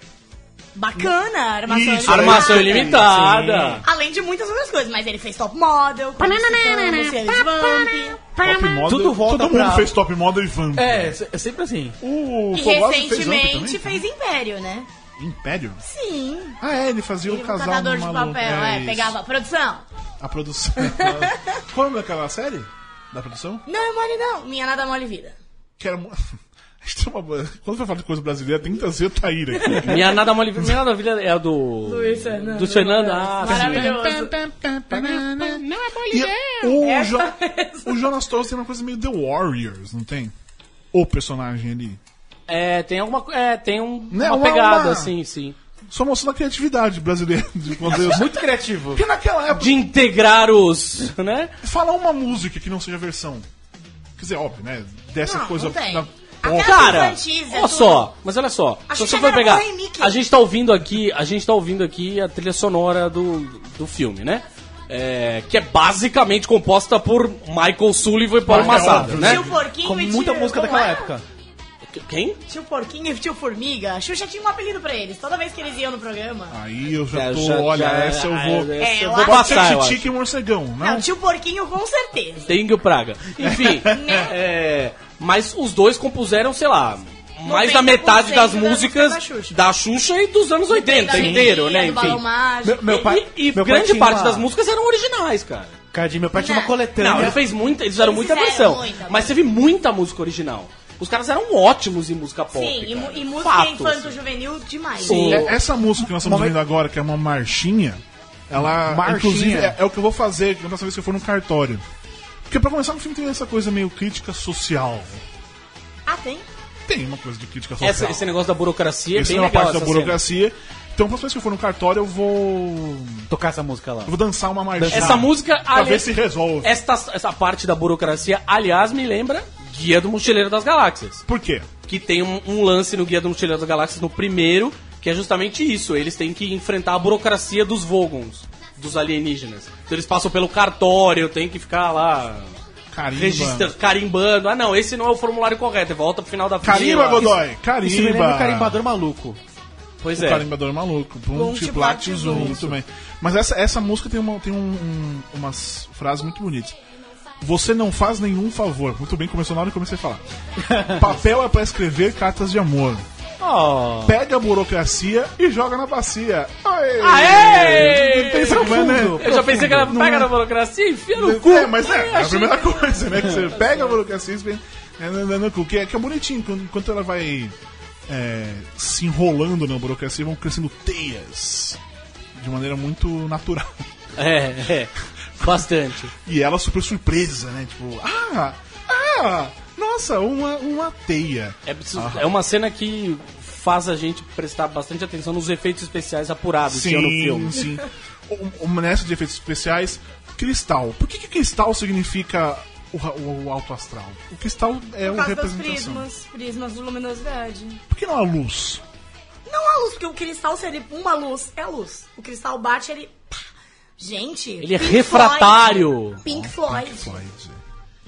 S10: Bacana, armação
S8: Isso,
S10: ilimitada.
S6: Armação ilimitada!
S10: Além de muitas outras coisas, mas ele fez top model, participou do Cielo Vamp.
S8: Top model.
S9: Tudo volta
S8: todo mundo
S9: pra-
S8: fez top model e vamp.
S9: É, se- é sempre assim.
S8: O Fogossi
S10: E
S8: fez Vamp
S10: recentemente
S8: também?
S10: fez Império, né?
S8: Império?
S10: Sim.
S8: Ah, é, ele fazia
S10: Ele
S8: o
S10: um
S8: casal
S10: catador de
S8: maluco.
S10: papel, é,
S8: isso.
S10: pegava. Produção!
S8: A produção. Como é aquela série? Da produção?
S10: Não é mole, não. Minha nada mole vida.
S8: Que era. mu- A gente tem uma... Quando vai falar de coisa brasileira, tem que trazer o Taíra aqui.
S6: Minha nada mole, minha nada mole é a do.
S10: Luiz Fernando.
S6: Do Fernando. Ah,
S10: Maravilhoso.
S8: Tá, né,
S10: é
S8: E é o, jo... o Jonas Torres tem uma coisa meio The Warriors, não tem? O personagem ali.
S6: É, tem alguma. co- É, tem um,
S8: Né,
S6: uma
S8: uma-
S6: pegada,
S8: uma-
S6: assim, sim.
S8: Só mostrando a criatividade brasileira de fazer os-
S9: Muito criativo.
S8: Porque naquela época,
S6: De integrar os. né?
S8: falar uma música que não seja versão. Quer dizer, óbvio, né? Dessa
S10: Não,
S8: coisa.
S10: não tem.
S8: da-
S10: Aquela-
S6: Cara,
S10: infantis, é
S6: olha
S10: tudo.
S6: só, mas olha só,
S10: Acho
S6: se você for
S10: que chegaram
S6: pegar,
S10: a fazer Mickey.
S6: a gente tá ouvindo aqui, a gente tá ouvindo aqui a trilha sonora do, do filme, né? É, que é basicamente composta por Michael Sullivan e Paulo
S8: É
S6: Massada,
S8: óbvio,
S6: né?
S10: Tinha o Um porquinho
S9: Como
S10: e
S9: muita
S10: tinha-
S9: música
S10: como é?
S9: daquela
S10: era?
S9: época.
S6: Quem?
S10: Tinha o porquinho e tinha o formiga. A Xuxa tinha um apelido pra eles, toda vez que eles iam no programa.
S8: Aí eu
S6: É,
S8: já
S6: eu
S8: tô.
S6: já-
S8: olha,
S6: já-
S8: essa eu
S6: ah,
S8: vou.
S6: essa
S10: É,
S6: eu
S10: eu
S6: vou
S10: acho
S6: passar, eu acho.
S8: Tititica e morcegão, né? não?
S10: Não, tinha o porquinho com certeza.
S6: Tenho Praga. Enfim,
S10: Né?
S6: é, mas os dois compuseram, sei lá, mais da
S10: 90%
S6: metade das
S10: das músicas
S6: músicas
S10: da Xuxa.
S6: da Xuxa e dos anos 80
S10: Da
S6: inteiro,
S10: Menina,
S6: né?
S10: Do um balão
S6: Enfim.
S10: mágico.
S9: Meu pai,
S6: e e
S9: meu pai
S6: grande
S9: tinha
S6: parte
S9: uma-
S6: das músicas eram originais, cara.
S9: Cardinho, meu pai tinha uma
S10: Não. é.
S9: coletânea.
S6: Não, ele fez muita, eles fizeram
S10: Eles
S6: muita
S10: fizeram
S6: versão,
S10: muita,
S6: mas teve muita música original. Os caras eram ótimos em música pop.
S10: Sim, e, mu-
S6: cara.
S10: e música
S6: Fato, assim.
S10: infanto-juvenil demais.
S6: Sim.
S8: É, Essa música que nós estamos
S9: Momento-
S8: ouvindo agora, que é uma marchinha, ela.
S9: Marchinha.
S8: Inclusive, é, é o que eu vou fazer na próxima vez que eu for no cartório. Porque pra começar, no filme tem essa coisa meio crítica social.
S10: Ah, tem?
S8: Tem uma coisa de crítica social.
S6: Essa- esse negócio da burocracia é
S8: Essa
S6: bem
S8: é uma
S6: legal.
S8: parte da
S6: essa cena.
S8: burocracia. Então, pra próxima vez que eu for no cartório, eu vou.
S9: Tocar essa música lá.
S8: Eu vou dançar uma marchinha.
S6: Essa música, é
S8: Pra ver se resolve.
S6: esta, essa parte da burocracia, aliás, me lembra Guia do Mochileiro das Galáxias.
S8: Por quê?
S6: que tem um, um lance no Guia do Mochileiro das Galáxias no primeiro, que é justamente isso. Eles têm que enfrentar a burocracia dos Vogons, dos alienígenas. Então eles passam pelo cartório, tem que ficar lá
S8: Carimba.
S6: registrando, carimbando. Ah, não, esse não é o formulário correto. Volta pro final da fila.
S8: Carimba, Godoy.
S9: Isso me lembra
S8: Carimba.
S9: o é um carimbador maluco.
S6: Pois
S8: O
S6: é.
S8: carimbador maluco. um tipo Bum,
S10: Bum,
S8: te
S10: te
S8: plat,
S10: plat,
S8: zum,
S10: zum.
S8: também. Mas essa, essa música tem, uma, tem um- um- umas frases muito bonitas. Você não faz nenhum favor. Muito bem, começou na hora que eu comecei a falar. Papel é pra escrever cartas de amor.
S6: Oh.
S8: Pega a burocracia e joga na bacia. Aê!
S6: Aê!
S8: Pensa que vai, né?
S6: Eu já pensei que ela pega na burocracia e enfia no cu.
S8: É, mas é, é a
S6: achei-
S8: primeira coisa, né? Que você pega a burocracia e você- é, no- no- no cu, que é, que é bonitinho. quando- Enquanto ela vai é, se enrolando na burocracia, vão crescendo teias de maneira muito natural.
S6: É, é. Bastante.
S8: E ela super surpresa, né? Tipo, ah, ah, nossa, uma, uma teia.
S6: É, preciso-
S8: Ah.
S6: é uma cena que faz a gente prestar bastante atenção nos efeitos especiais apurados que tinha no filme.
S8: sim. O, o, nessa de efeitos especiais, cristal. Por que, que cristal significa o, ra- o, o alto astral? O cristal é
S10: Por
S8: uma
S10: causa dos
S8: representação.
S10: prismas, prismas de luminosidade.
S8: Por que não a luz?
S10: Não a luz, porque o cristal, se ele. Uma luz é a luz. O cristal bate, ele. pá. Gente.
S6: Ele é refratário.
S10: Floyd, Pink Floyd.
S8: Pink Floyd.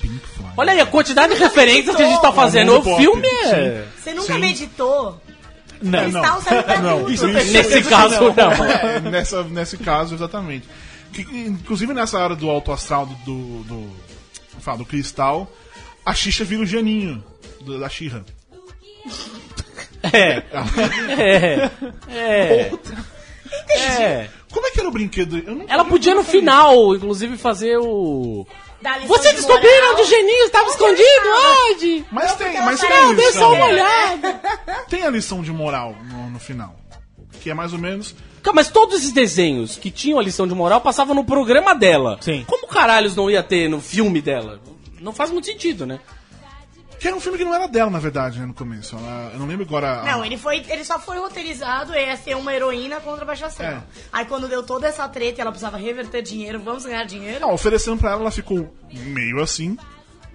S8: Pink Floyd.
S6: Olha aí a quantidade de referências que a gente tá fazendo.
S8: mundo
S6: O
S8: pop,
S6: filme é.
S10: Você nunca
S8: Sim.
S10: meditou?
S8: não,
S10: cristal serve pra tudo.
S8: Isso,
S10: Nesse
S8: isso-
S6: Nesse
S8: isso-
S6: caso, não.
S8: É, nessa, nesse caso, exatamente. Que, inclusive nessa área do alto astral do. do, do, fala, do cristal, a Xixa vira o Janinho do- da Xirra.
S6: É. É. É. É.
S8: Como é que era o brinquedo? Eu não
S6: Ela podia no final, inclusive, fazer o.
S10: Dá lição
S6: Vocês
S10: de
S6: descobriram
S10: moral.
S6: onde o geninho estava escondido onde?
S8: Mas tem, mas tem a
S6: Não, dê só
S8: lição.
S6: uma olhada.
S8: Tem a lição de moral no, no final. Que é mais ou menos.
S6: Cara, mas todos esses desenhos que tinham a lição de moral passavam no programa dela.
S9: Sim.
S6: Como caralhos não ia ter no filme dela? Não faz muito sentido, né?
S8: Que era um filme que não era dela, na verdade, né, no começo. Ela- eu não lembro agora. a-
S10: Não, ele foi, ele só foi roteirizado, ele ia ser uma heroína contra a Baixa Astral.
S8: É.
S10: Aí quando deu toda essa treta e ela precisava reverter dinheiro, vamos ganhar dinheiro.
S8: Não, oferecendo pra ela, ela ficou meio assim,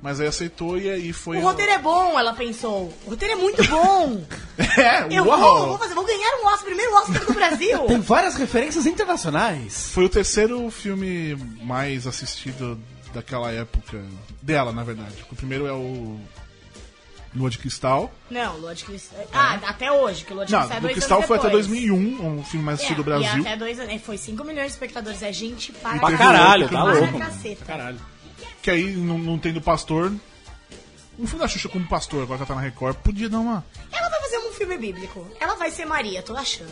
S8: mas aí aceitou e aí foi.
S10: O roteiro é bom, ela pensou. O roteiro é muito bom.
S8: É,
S10: Eu
S8: uau!
S10: vou, vou fazer, vou ganhar um Oscar, primeiro Oscar do Brasil.
S9: Tem várias referências internacionais.
S8: Foi o terceiro filme mais assistido daquela época. Dela, na verdade. O primeiro é o. Lua de Cristal.
S10: Não, Lua de Cristal. Ah, até hoje, que Lua de
S8: Não,
S10: Cristal é
S8: Lua de
S10: dois
S8: Cristal
S10: anos
S8: foi até
S10: depois.
S8: 2001, um filme mais assistido do
S10: É,
S8: Brasil.
S10: E até dois anos. é, Foi 5 milhões de espectadores. É gente para
S6: Pra
S8: teve
S6: caralho,
S8: outro
S6: tá
S10: Para
S6: louco. mano.
S10: caceta.
S6: Caralho.
S8: Que aí, não, não tendo pastor. Um filme da Xuxa como pastor, agora que ela tá na Record, podia dar uma.
S10: Ela vai fazer um filme bíblico. Ela vai ser Maria, tô achando.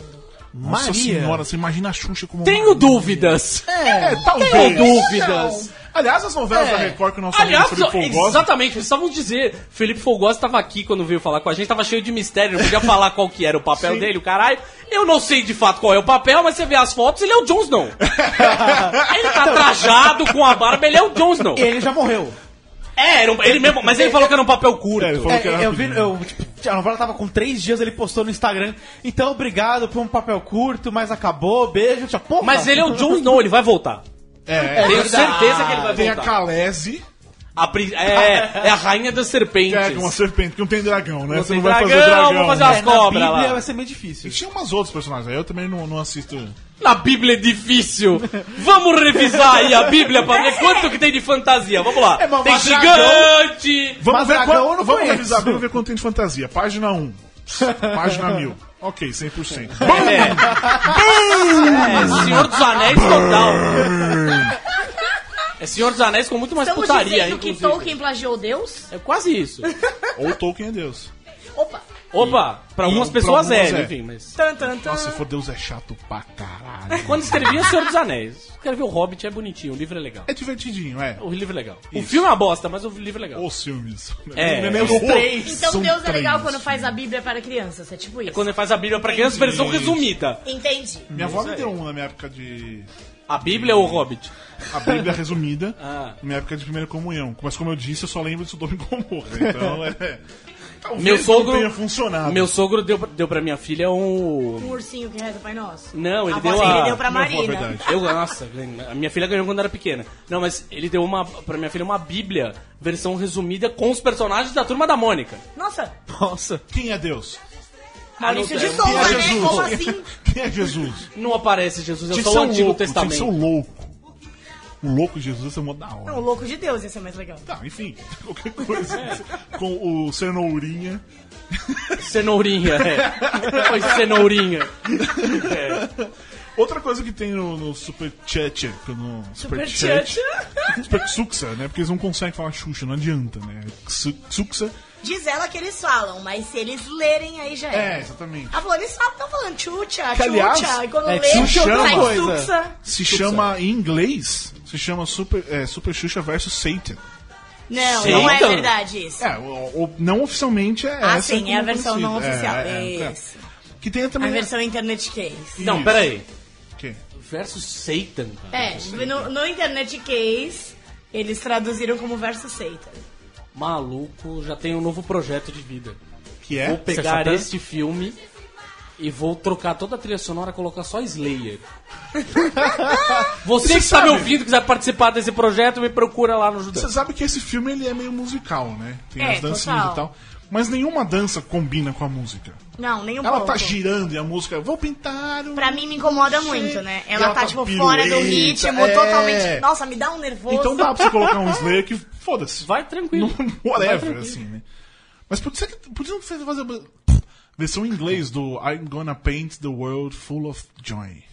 S8: Nossa
S9: Maria.
S8: senhora, você imagina a Xuxa como.
S6: Tenho
S8: Maria.
S6: dúvidas.
S8: É, talvez.
S6: Tenho dúvidas.
S8: Aliás, as novelas da Record que o nosso
S6: É. Aliás,
S8: amigo Felipe Fogosa-
S6: exatamente, precisavam dizer. Felipe Fogosa estava aqui quando veio falar com a gente, estava cheio de mistério, não podia falar qual que era o papel dele, o caralho. Eu não sei de fato qual é o papel, mas você vê as fotos, ele é o Jones não. ele
S8: Então.
S6: tá trajado com a barba, ele é o Jones não.
S9: Então, E ele já morreu.
S6: É, era um- ele mesmo, mas ele falou que era um papel curto.
S8: É, ele falou-
S9: É,
S8: que era
S9: eu vi,
S8: rapidinho.
S9: eu, tipo, a novela tava com três dias, ele postou no Instagram. Então, obrigado por um papel curto, mas acabou, beijo, tchau.
S8: um
S9: Porra. então,
S6: Mas ele é o Jones não, ele vai voltar.
S8: É,
S6: Tenho certeza que ele vai
S8: tem a
S6: voltar.
S8: Kalese,
S6: A pri- é, é a rainha das
S8: que é
S6: serpentes.
S8: uma serpente, que não tem dragão, né?
S6: Não
S8: você
S6: tem
S8: não vai fazer
S6: dragão,
S8: dragão.
S6: vou fazer
S8: né?
S6: as
S9: é, na
S6: cobras
S9: Bíblia
S6: lá.
S9: vai ser meio
S8: E
S9: difícil.
S8: tinha umas outros personagens, aí eu também não, não assisto.
S6: Na Bíblia é difícil. Vamos revisar aí a Bíblia pra
S8: É.
S6: ver quanto que tem de fantasia. Vamos lá.
S9: É, mas
S6: tem
S9: mas
S6: gigante.
S8: Vamos
S9: Mas
S8: ver
S9: dragão
S8: qual-
S9: eu não
S8: Vamos
S9: conheço.
S8: revisar, vamos ver quanto tem de fantasia. Página 1. Página 1000. Ok, 100%.
S6: É, Senhor dos Anéis total. É Senhor dos Anéis com muito mais
S10: Estamos
S6: putaria,
S10: dizendo que
S6: inclusive.
S10: Tolkien plagiou Deus?
S6: É quase isso.
S8: Ou Tolkien é Deus.
S10: Opa!
S6: Opa, pra algumas
S8: E-
S6: pessoas
S8: pra algumas
S6: é,
S8: é.
S6: enfim, mas...
S10: Tan, tan, tan.
S8: Nossa, se for Deus é chato pra caralho.
S6: É, Quando escrevia Senhor dos Anéis, escrevia o Hobbit, é bonitinho, o livro é legal.
S8: É divertidinho, é.
S6: O livro é legal. O filme é uma bosta, mas o livro é legal.
S8: Os filmes.
S6: É,
S8: Não nem
S6: os
S8: o-
S9: três.
S10: então
S8: são
S10: Deus é legal
S8: três.
S10: quando faz a Bíblia para crianças, é tipo isso.
S6: Quando ele é um faz a Bíblia pra criança, versão resumida.
S10: Entendi.
S8: Minha avó me deu um na minha época de.
S6: A Bíblia ou o Hobbit?
S8: A Bíblia resumida.
S6: Ah.
S8: Na minha época de primeira comunhão. Mas como eu disse, eu só lembro de Sodoma e Gomorra. Então é. Talvez
S6: Meu sogro-
S8: não tenha funcionado.
S6: Meu sogro deu, deu pra minha filha um...
S10: Um ursinho que reza Pai Nosso.
S6: Não, ele
S10: a
S6: deu
S10: voz
S6: a-
S10: dele deu pra
S8: Minha avó,
S10: Marina.
S8: verdade.
S6: Eu, nossa, a minha filha ganhou quando era pequena. Não, mas ele deu uma pra minha filha uma bíblia, versão resumida com os personagens da turma da Mônica.
S10: Nossa,
S6: Ah,
S9: Nossa.
S8: Quem é Deus?
S10: Maurício de
S8: Quem é
S10: Souza, né? Como assim?
S8: Jesus? Quem é Jesus?
S6: Não aparece Jesus, é
S8: Tinha que
S6: só
S8: ser
S6: o
S8: um
S6: Antigo
S8: louco, tinha que ser
S6: Testamento.
S8: um louco. O louco de Jesus é mó da hora.
S10: Não, o louco de Deus, esse é mais legal.
S8: Tá, enfim, qualquer coisa. Com o cenourinha.
S6: Cenourinha, é. Foi cenourinha. É.
S8: Outra coisa que tem no, no Super Chat, que eu não- Super, Chat, Super Xuxa, né? Porque eles não conseguem falar Xuxa, não adianta, né? Xu- Xuxa.
S10: Diz ela que eles falam, mas se eles lerem, aí já
S8: É,
S10: é.
S8: exatamente.
S10: Ah, pô, eles falam, estão falando tchutcha,
S8: Que, aliás,
S10: tchutcha, e quando
S9: é,
S10: lê,
S9: tchutcha
S8: é outra
S10: sai
S9: coisa.
S10: tuxa.
S8: Se chama em inglês, se chama Super, é, Super Xuxa versus Satan.
S10: Não,
S6: Sim.
S10: não é
S6: Então.
S10: verdade isso.
S8: É, o, o- não oficialmente é
S10: Ah,
S8: essa.
S10: sim,
S8: como
S10: é a versão
S8: conhecida. É,
S10: não oficial, isso.
S8: Que tem
S10: A
S8: também.
S10: versão internet case.
S6: Não, peraí.
S8: Que?
S6: Versus Satan. cara.
S10: É, no, no internet case, eles traduziram como verso Satan.
S6: Maluco, já tem um novo projeto de vida.
S8: que é?
S6: Vou pegar
S8: Satã?
S6: este filme e vou trocar toda a trilha sonora, colocar só Slayer. Você, que está me
S8: sabe-
S6: ouvindo, quiser participar desse projeto, me procura lá no Judão.
S8: Você sabe que esse filme ele é meio musical, né? Tem
S10: É,
S8: as dancinhas
S10: total.
S8: e tal. Mas nenhuma dança combina com a música.
S10: Não, nem um
S8: Ela
S10: pouco.
S8: tá girando e a música. Vou pintar um.
S10: Pra mim me incomoda muito, né? Ela,
S8: Ela
S10: tá,
S8: tá
S10: tipo,
S8: pirueta,
S10: fora do ritmo,
S8: é.
S10: totalmente. Nossa, me dá um nervoso.
S8: Então dá pra você colocar um Slayer que. Foda-se.
S6: Vai tranquilo.
S8: Não,
S6: Vai
S8: whatever,
S6: tranquilo.
S8: assim, né? Mas por que por que não precisa fazer. Versão em inglês do I'm gonna paint the world full of joy.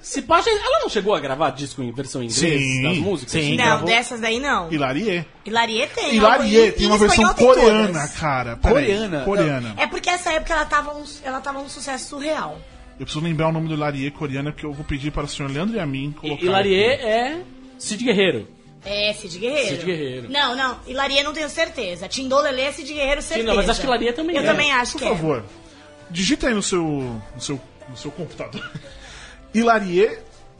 S6: Se pá, já- ela não chegou a gravar disco em versão em inglês
S8: Sim.
S6: das músicas?
S8: um
S9: Sim.
S10: Não,
S9: Gravou?
S10: dessas daí não.
S8: Hilarie.
S10: Hilarie tem.
S8: Hilarie,
S10: algo-
S8: tem
S10: e
S8: uma
S10: em
S8: versão
S10: espanhol tem todas.
S8: coreana, cara. Peraí.
S9: Coreana?
S8: Coreana.
S10: É porque essa época ela tava um, ela tava um sucesso surreal.
S8: Eu preciso lembrar o nome do Hilarie coreana que eu vou pedir para o senhor Leandro e a mim colocar.
S6: Hilarie
S8: aqui.
S6: é Cid Guerreiro.
S10: É, Cid Guerreiro.
S6: Cid Guerreiro.
S10: Não, não, Hilarie não tenho certeza. Tindolelê é Cid Guerreiro, certeza.
S6: não, mas acho que Hilarie também
S10: Eu
S6: é.
S10: também acho
S8: Por
S10: que é.
S8: favor, digita aí no seu, no seu, no seu computador. Hilarie,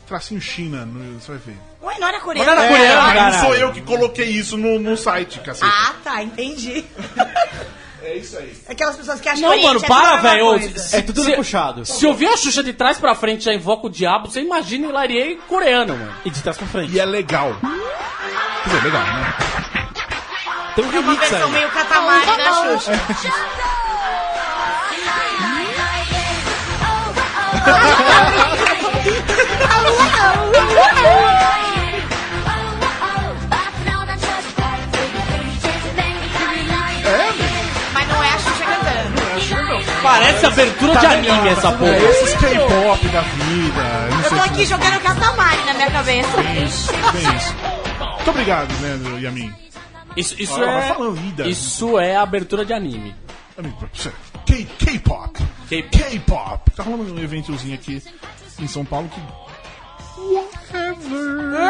S8: tracinho China, no- você vai ver.
S10: Ué, não era coreano?
S6: Mas não era
S10: É.
S6: coreano.
S8: mas não sou
S6: caralho.
S8: eu que coloquei isso no, no site, cacete.
S10: Ah, tá, entendi.
S8: É isso aí.
S10: Aquelas pessoas que acham
S6: Não,
S10: Oriente
S6: mano,
S10: é
S6: para,
S10: tudo a mesma
S6: velho.
S10: coisa.
S6: Se-
S9: É tudo
S6: se-
S9: puxado.
S6: Se ouvir a Xuxa de trás pra frente já invoca o diabo, você imagina Hilarie coreano, mano.
S9: E de trás pra frente.
S8: E é legal. Quer dizer, legal, né?
S9: Tem um
S10: É uma
S9: remix
S10: versão
S9: aí.
S10: meio catamari da Xuxa. Mas não é a Xuxa cantando.
S6: Parece abertura de anime essa
S8: É
S6: porra.
S8: esses K-pop da vida. Não
S10: Eu
S8: sei
S10: tô aqui
S8: se
S10: jogando catamari na minha cabeça.
S8: tem É isso. Muito obrigado, Leandro e a mim.
S6: Isso, isso
S8: Ela vai
S6: é.
S8: falando, vida.
S6: Isso é abertura de anime.
S8: Amigo, pra você. K- K-pop.
S6: K-pop.
S8: K-pop. Tá rolando um eventozinho aqui em São Paulo que. Whatever.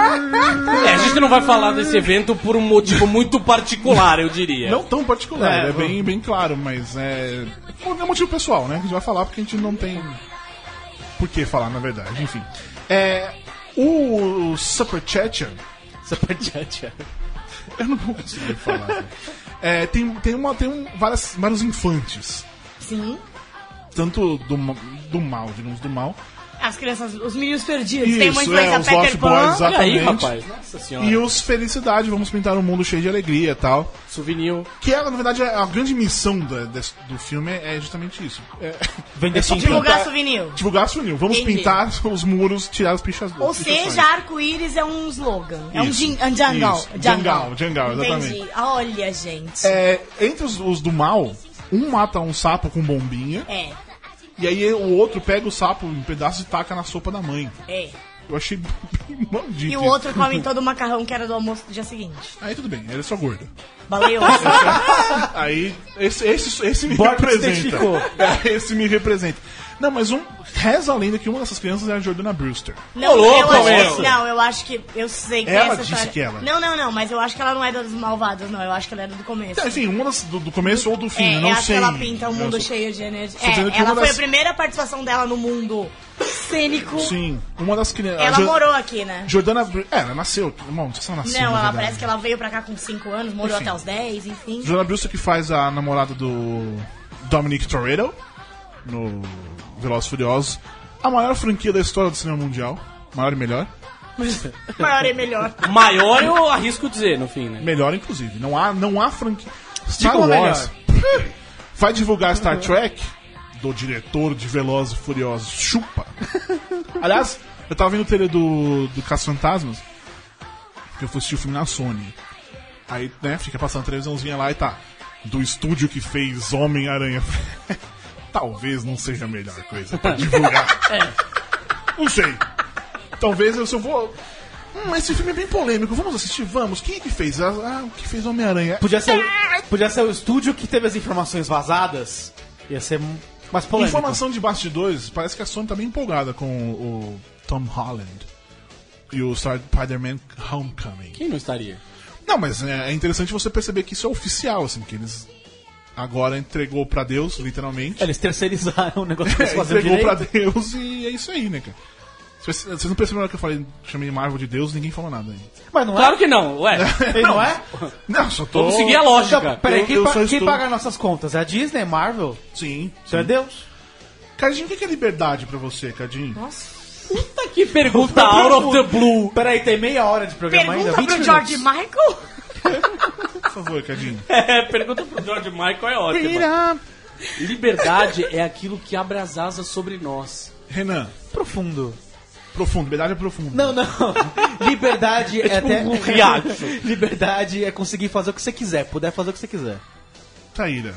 S6: É, a gente não vai falar desse evento por um motivo muito particular, eu diria.
S8: Não tão particular,
S9: É,
S8: é, bem, bem claro, mas é. É motivo pessoal, né? Que a gente vai falar porque a gente não tem. Por que falar, na verdade, enfim. É. O Super Chechen,
S6: Superchat.
S8: eu não vou conseguir falar. né? É, tem tem, uma, tem um, várias, vários infantes.
S10: Sim.
S8: Tanto do, ma- do mal, digamos, do mal.
S10: As crianças, os meninos perdidos.
S8: Isso,
S10: Tem uma influência
S8: é, os Lost
S10: Peter
S8: Boys,
S10: Pan.
S6: Olha aí,
S8: Exatamente.
S6: rapaz. Nossa senhora.
S8: E os Felicidade, vamos pintar um mundo cheio de alegria e tal.
S6: Souvenir.
S8: Que é, na verdade, a grande missão da- desse- do filme é justamente isso. É,
S9: Vender Tá.
S8: é só
S9: tinta.
S10: Divulgar
S8: pintar-
S10: souvenir.
S8: Divulgar souvenir. Tipo, Vamos
S10: Entendi.
S8: pintar os muros, tirar as pichas
S10: Ou
S8: as pichações.
S10: seja, arco-íris é um slogan. É um
S8: Isso,
S10: jin- um jangal.
S8: isso. Jangal, jangal, exatamente.
S10: Entendi. Olha, gente.
S8: É, entre os, os do mal, um mata um sapo com bombinha,
S10: É,
S8: e aí o outro pega o sapo em pedaço e taca na sopa da mãe.
S10: é.
S8: Eu achei bem maldito.
S10: E o
S8: isso.
S10: outro come todo o macarrão que era do almoço do dia seguinte.
S8: Aí tudo bem, ele é só gordo.
S10: Baleioso.
S8: Aí, esse, esse, esse me
S9: Borges
S8: representa.
S9: identificou.
S8: É, esse me representa. Não, mas um, reza a lenda que uma dessas crianças é a Jordana Brewster.
S10: Não,
S6: Ô, louco,
S10: eu acho,
S6: meu.
S10: não, eu acho que. Eu sei que
S8: Ela
S10: essa
S8: disse
S10: história-
S8: que ela.
S10: Não, não, não, mas eu acho que ela não é das malvadas, não. Eu acho que ela era do começo.
S8: Então, enfim, uma das, do, do começo ou do fim,
S10: é,
S8: eu não
S10: é a
S8: sei.
S10: que ela pinta o mundo
S8: Eu sou-
S10: cheio de energia.
S8: Tô
S10: É,
S8: dizendo que
S10: ela
S8: uma
S10: foi
S8: das-
S10: a primeira participação dela no mundo cênico.
S8: Sim, uma das crianças.
S10: Ela morou aqui, né?
S8: Jordana Br- É, ela nasceu. Bom, não sei se ela nasceu.
S10: não,
S8: na
S10: ela
S8: é verdade.
S10: parece que ela veio pra cá com 5 anos, morou
S8: Enfim.
S10: até os 10, enfim.
S8: Jordana Brewster que faz a namorada do Dominic Toretto no Velozes e Furiosos. A maior franquia da história do cinema mundial. Maior e melhor.
S10: Maior e melhor.
S6: Maior eu arrisco dizer, no fim, né?
S8: Melhor, inclusive. Não há, não há franquia. Star
S9: Diga uma
S8: Wars vai divulgar Star Trek do diretor de Velozes e Furiosos. Chupa. Aliás, eu tava vendo o trailer do, do Caça Fantasmas, que eu fui assistir o filme na Sony. Aí, né, fica passando a televisãozinha lá e tá. Do estúdio que fez Homem-Aranha. Talvez não seja a melhor coisa pra divulgar. Não sei. Talvez eu se eu vou. Hum, esse filme é bem polêmico. Vamos assistir? Vamos. Quem é que fez? Ah, ah, o que fez Homem-Aranha?
S9: Podia ser, o- podia ser o estúdio que teve as informações vazadas. Ia ser m- mais polêmico.
S8: Informação de bastidores, parece que a Sony tá bem empolgada com o Tom Holland e o Star- Spider-Man Homecoming.
S6: Quem não estaria?
S8: Não, mas é é interessante você perceber que isso é oficial, assim, que eles agora entregou pra Deus, literalmente.
S9: Eles terceirizaram o negócio que eles
S8: É,
S9: faziam
S8: entregou pra
S9: direito.
S8: Deus e é isso aí, né, cara? Vocês vocês não perceberam que eu falei, chamei Marvel de Deus, ninguém falou nada ainda.
S9: Mas não
S6: Claro que não, ué.
S9: é? Ele não é?
S8: Não, só tô.
S6: Vamos seguir a lógica.
S9: Então, peraí,
S8: Eu-
S9: quem,
S8: eu
S9: pa-
S8: só
S9: quem
S8: estou-
S9: paga nossas contas? É a Disney? Marvel?
S8: Sim.
S9: Isso é Deus?
S8: Cardinho, o que que é liberdade pra você, Cardinho?
S6: Puta que pergunta out of the blue.
S9: Tá, Peraí, tem meia hora de programa ainda?
S10: Pergunta
S9: 20
S10: pro
S9: minutos.
S10: George Michael.
S8: Por favor, Cardinho.
S6: É, pergunta pro George Michael é ótima. Liberdade é aquilo que abre as asas sobre nós.
S8: Renan,
S9: Profundo.
S8: profundo, liberdade é profundo.
S9: Não, não. Liberdade é,
S6: tipo
S9: até...
S6: um riacho.
S9: Liberdade é conseguir fazer o que você quiser, puder fazer o que você quiser.
S8: Taíra.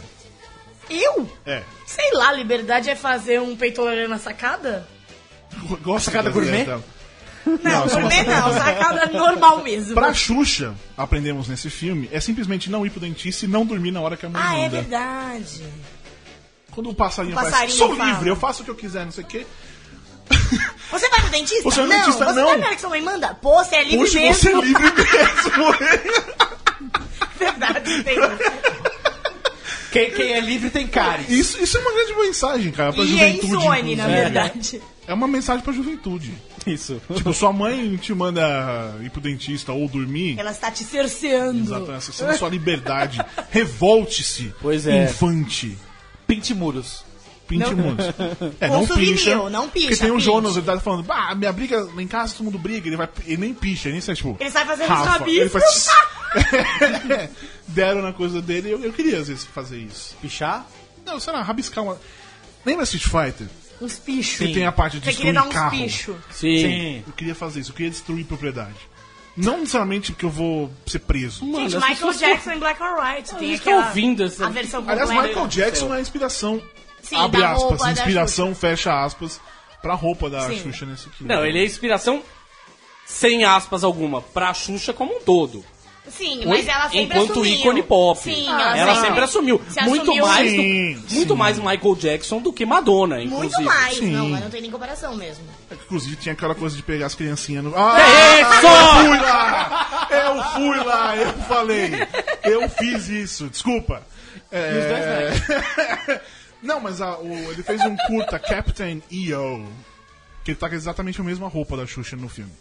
S10: Eu?
S8: É.
S10: Sei lá, liberdade é fazer um peitoral na sacada?
S8: Gosta
S9: Sacada
S8: das
S9: gourmet?
S8: ideias dela.
S10: Não,
S8: Não, só uma
S10: gourmet não, sacada é normal mesmo.
S8: Pra Xuxa, aprendemos nesse filme, é simplesmente não ir pro dentista e não dormir na hora que a mãe
S10: Ah, é
S8: manda.
S10: verdade.
S8: Quando o passarinho,
S10: O passarinho
S8: faz, sou
S10: fala.
S8: livre, eu faço o que eu quiser, não sei o quê.
S10: Você vai no dentista?
S8: Você vai no
S10: não,
S8: dentista,
S10: você
S8: não.
S10: vai na hora que sua mãe manda? Pô, você é livre
S8: Poxa,
S10: mesmo.
S8: você é livre mesmo.
S10: Verdade, tem.
S9: Quem, quem é livre tem cáries.
S8: isso, isso é uma grande mensagem, cara, pra
S10: E é
S8: juventude.
S10: insone, na
S8: inclusive.
S10: verdade.
S8: É uma mensagem pra juventude.
S9: Isso.
S8: Tipo, sua mãe te manda ir pro dentista ou dormir.
S10: Ela está te cerceando.
S8: Exatamente, acessando sua liberdade. Revolte-se,
S9: Pois é.
S8: infante.
S9: Pinte muros.
S8: Pinte o mundo. É,
S10: Ou
S8: não
S10: souvenir,
S8: picha.
S10: não picha,
S8: Porque tem um
S10: pinte.
S8: Jonas, ele tá falando, bah, minha briga lá em casa, todo mundo briga, ele vai. Ele nem picha, ele nem sai, tipo.
S10: Ele sai fazendo os
S8: Rafa,
S10: rabiscos.
S8: ele faz. tss. Deram na coisa dele, eu, eu queria às vezes fazer isso.
S9: Pichar?
S8: Não, sei lá, rabiscar uma. Lembra Street Fighter?
S10: Uns pichos.
S8: Que tem a parte de
S10: Você
S8: destruir
S10: queria dar uns
S8: carro.
S10: pichos.
S6: Sim.
S8: Eu queria fazer isso, eu queria destruir propriedade. Não necessariamente porque eu vou ser preso.
S6: Mano,
S10: Gente,
S6: as
S10: Michael
S6: pessoas
S10: Jackson em Black or White. Tem
S6: Eles tão
S10: aquela-
S6: ouvindo essa-
S10: A versão completa.
S8: Aliás, Michael Jackson é a inspiração.
S10: Sim,
S8: abre
S10: da
S8: aspas,
S10: roupa da
S8: inspiração, fecha aspas, pra roupa da
S10: Sim.
S8: Xuxa
S6: é-
S8: nesse filme.
S6: Não, ele é inspiração, sem aspas alguma, pra Xuxa como um todo.
S10: Sim, mas ela sempre
S6: enquanto
S10: assumiu.
S6: ícone pop.
S10: Sim,
S6: ela,
S8: Ah,
S10: ela sempre-
S6: sempre assumiu.
S10: se
S6: muito
S10: assumiu.
S6: mais do-
S8: Sim,
S6: muito mais Michael Jackson do que Madonna, inclusive.
S10: Muito mais,
S8: Sim.
S10: não, mas não tem nem comparação mesmo.
S8: Inclusive tinha aquela coisa de pegar as criancinhas no. Ah,
S6: É isso!
S8: eu fui lá! Eu fui lá, eu falei! Eu fiz isso, desculpa! É... Não, mas a- o- ele fez um curta Captain EO, que ele tá com exatamente a mesma roupa da Xuxa no filme.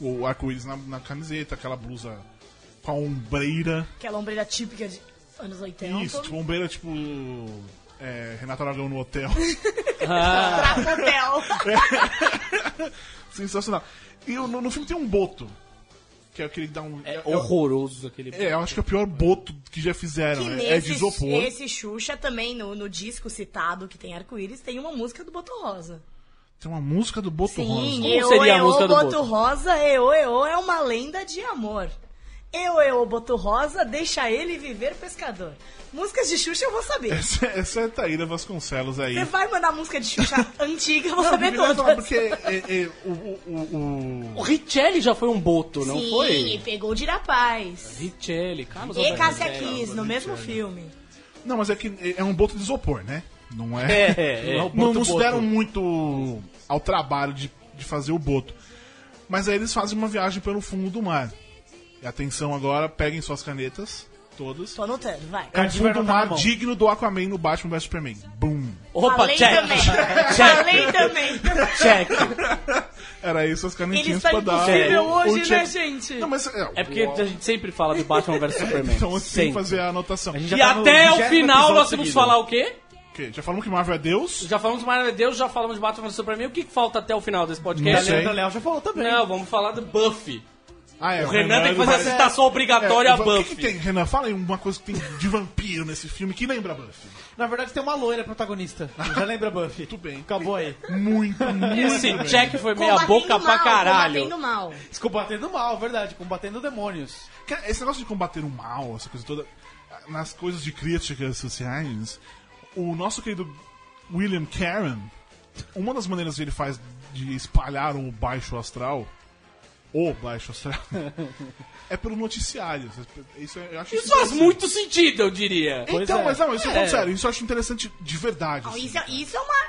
S8: O arco-íris na, na camiseta, aquela blusa com a ombreira.
S10: Aquela ombreira típica de anos 80.
S8: Isso, tipo, ombreira tipo. É, Renato Aragão no hotel.
S10: Pra hotel.
S8: Sensacional. E o- no, no filme tem um boto. Que é aquele que dá um.
S6: É
S8: é- é-
S6: horroroso aquele.
S8: É, eu acho que é o pior boto que já fizeram.
S10: Que
S8: é-
S10: nesse,
S8: é de isopor.
S10: esse Xuxa também, no, no disco citado que tem arco-íris, tem uma música do Boto Rosa.
S8: Tem uma música do Boto
S10: Sim,
S8: Rosa.
S6: Como
S10: eu,
S6: seria a
S10: eu,
S6: música do
S10: Boto,
S6: Boto?
S10: Rosa, eu, eu, é uma lenda de amor. Eu, eu, Boto Rosa, deixa ele viver pescador. Músicas de Xuxa eu vou saber.
S8: Essa, essa é a Taíra Vasconcelos aí.
S10: Você vai mandar música de Xuxa antiga, eu vou
S8: Não,
S10: saber
S8: porque eu ia falar,
S10: todas.
S8: Porque é, é, o, o- o-
S6: O
S8: o-
S6: Richelli já foi um boto, não
S10: Sim,
S6: foi?
S10: pegou de rapaz.
S6: Richelli, Carlos
S10: E
S6: Alberto
S10: Cássia
S6: Richelli.
S10: Kiss, no mesmo
S6: né?
S10: filme.
S8: Não, mas é que é um boto de isopor, né? Não é.
S6: É, é, é o
S8: não, não
S6: boto-boto.
S8: se deram muito ao trabalho de, de fazer o boto. Mas aí eles fazem uma viagem pelo fundo do mar. E atenção agora, peguem suas canetas, todas.
S10: Tô anotando, vai.
S8: É um
S9: Cara, tiver
S8: fundo do
S6: tá
S9: nota na
S8: mar
S9: mão.
S8: digno do Aquaman no Batman vs Superman. Boom!
S6: Opa,
S10: Falei
S6: check,
S10: também. Falei também.
S6: check.
S8: Era isso as canetinhas
S10: Eles tá
S8: pra dar.
S10: impossível
S8: o- o
S10: hoje,
S8: check-
S10: né, gente?
S8: Não, mas, é,
S6: É porque a gente sempre fala de Batman vs Superman.
S8: Então assim tem que
S6: sempre.
S8: fazer a anotação.
S9: gente
S6: E
S9: já tá no
S6: até o final
S9: 20º episódio
S6: nós temos que
S9: seguido.
S6: falar o quê?
S8: Ok, já falamos que Marvel é Deus.
S6: Já falamos de Maravilha Deus, já falamos de Batman vs Superman. O que que falta até o final desse
S8: Não
S6: podcast?
S8: sei.
S9: Leandro Léo já falou também.
S6: Não, vamos falar do Buffy.
S8: Ah, é,
S6: O Renan tem que fazer a
S8: vai-
S6: citação obrigatória
S8: É,
S6: a
S8: o que,
S6: Buffy.
S8: que tem, Renan? Fala aí uma coisa que tem de vampiro nesse filme que lembra Buffy.
S9: Na verdade tem uma loira protagonista. Já lembra, Buffy?
S8: Tudo bem.
S9: Acabou aí.
S8: Muito, muito.
S6: Esse
S8: bem.
S6: check foi meia
S10: Combatendo
S6: boca pra
S10: mal,
S6: caralho.
S10: Combatendo mal.
S9: Combatendo mal, verdade. Combatendo demônios.
S8: Cara, Esse negócio de combater o mal, essa coisa toda, nas coisas de críticas sociais, o nosso querido William Karen, uma das maneiras que ele faz de espalhar o baixo astral, o baixo astral, é pelo noticiário. Isso, é- eu acho
S6: Isso faz
S8: interessante.
S6: muito sentido, eu diria.
S9: Pois
S8: Então,
S9: é.
S8: mas não, isso eu falo sério, isso eu acho interessante de verdade.
S10: Não,
S8: assim.
S10: Isso, é- isso é uma.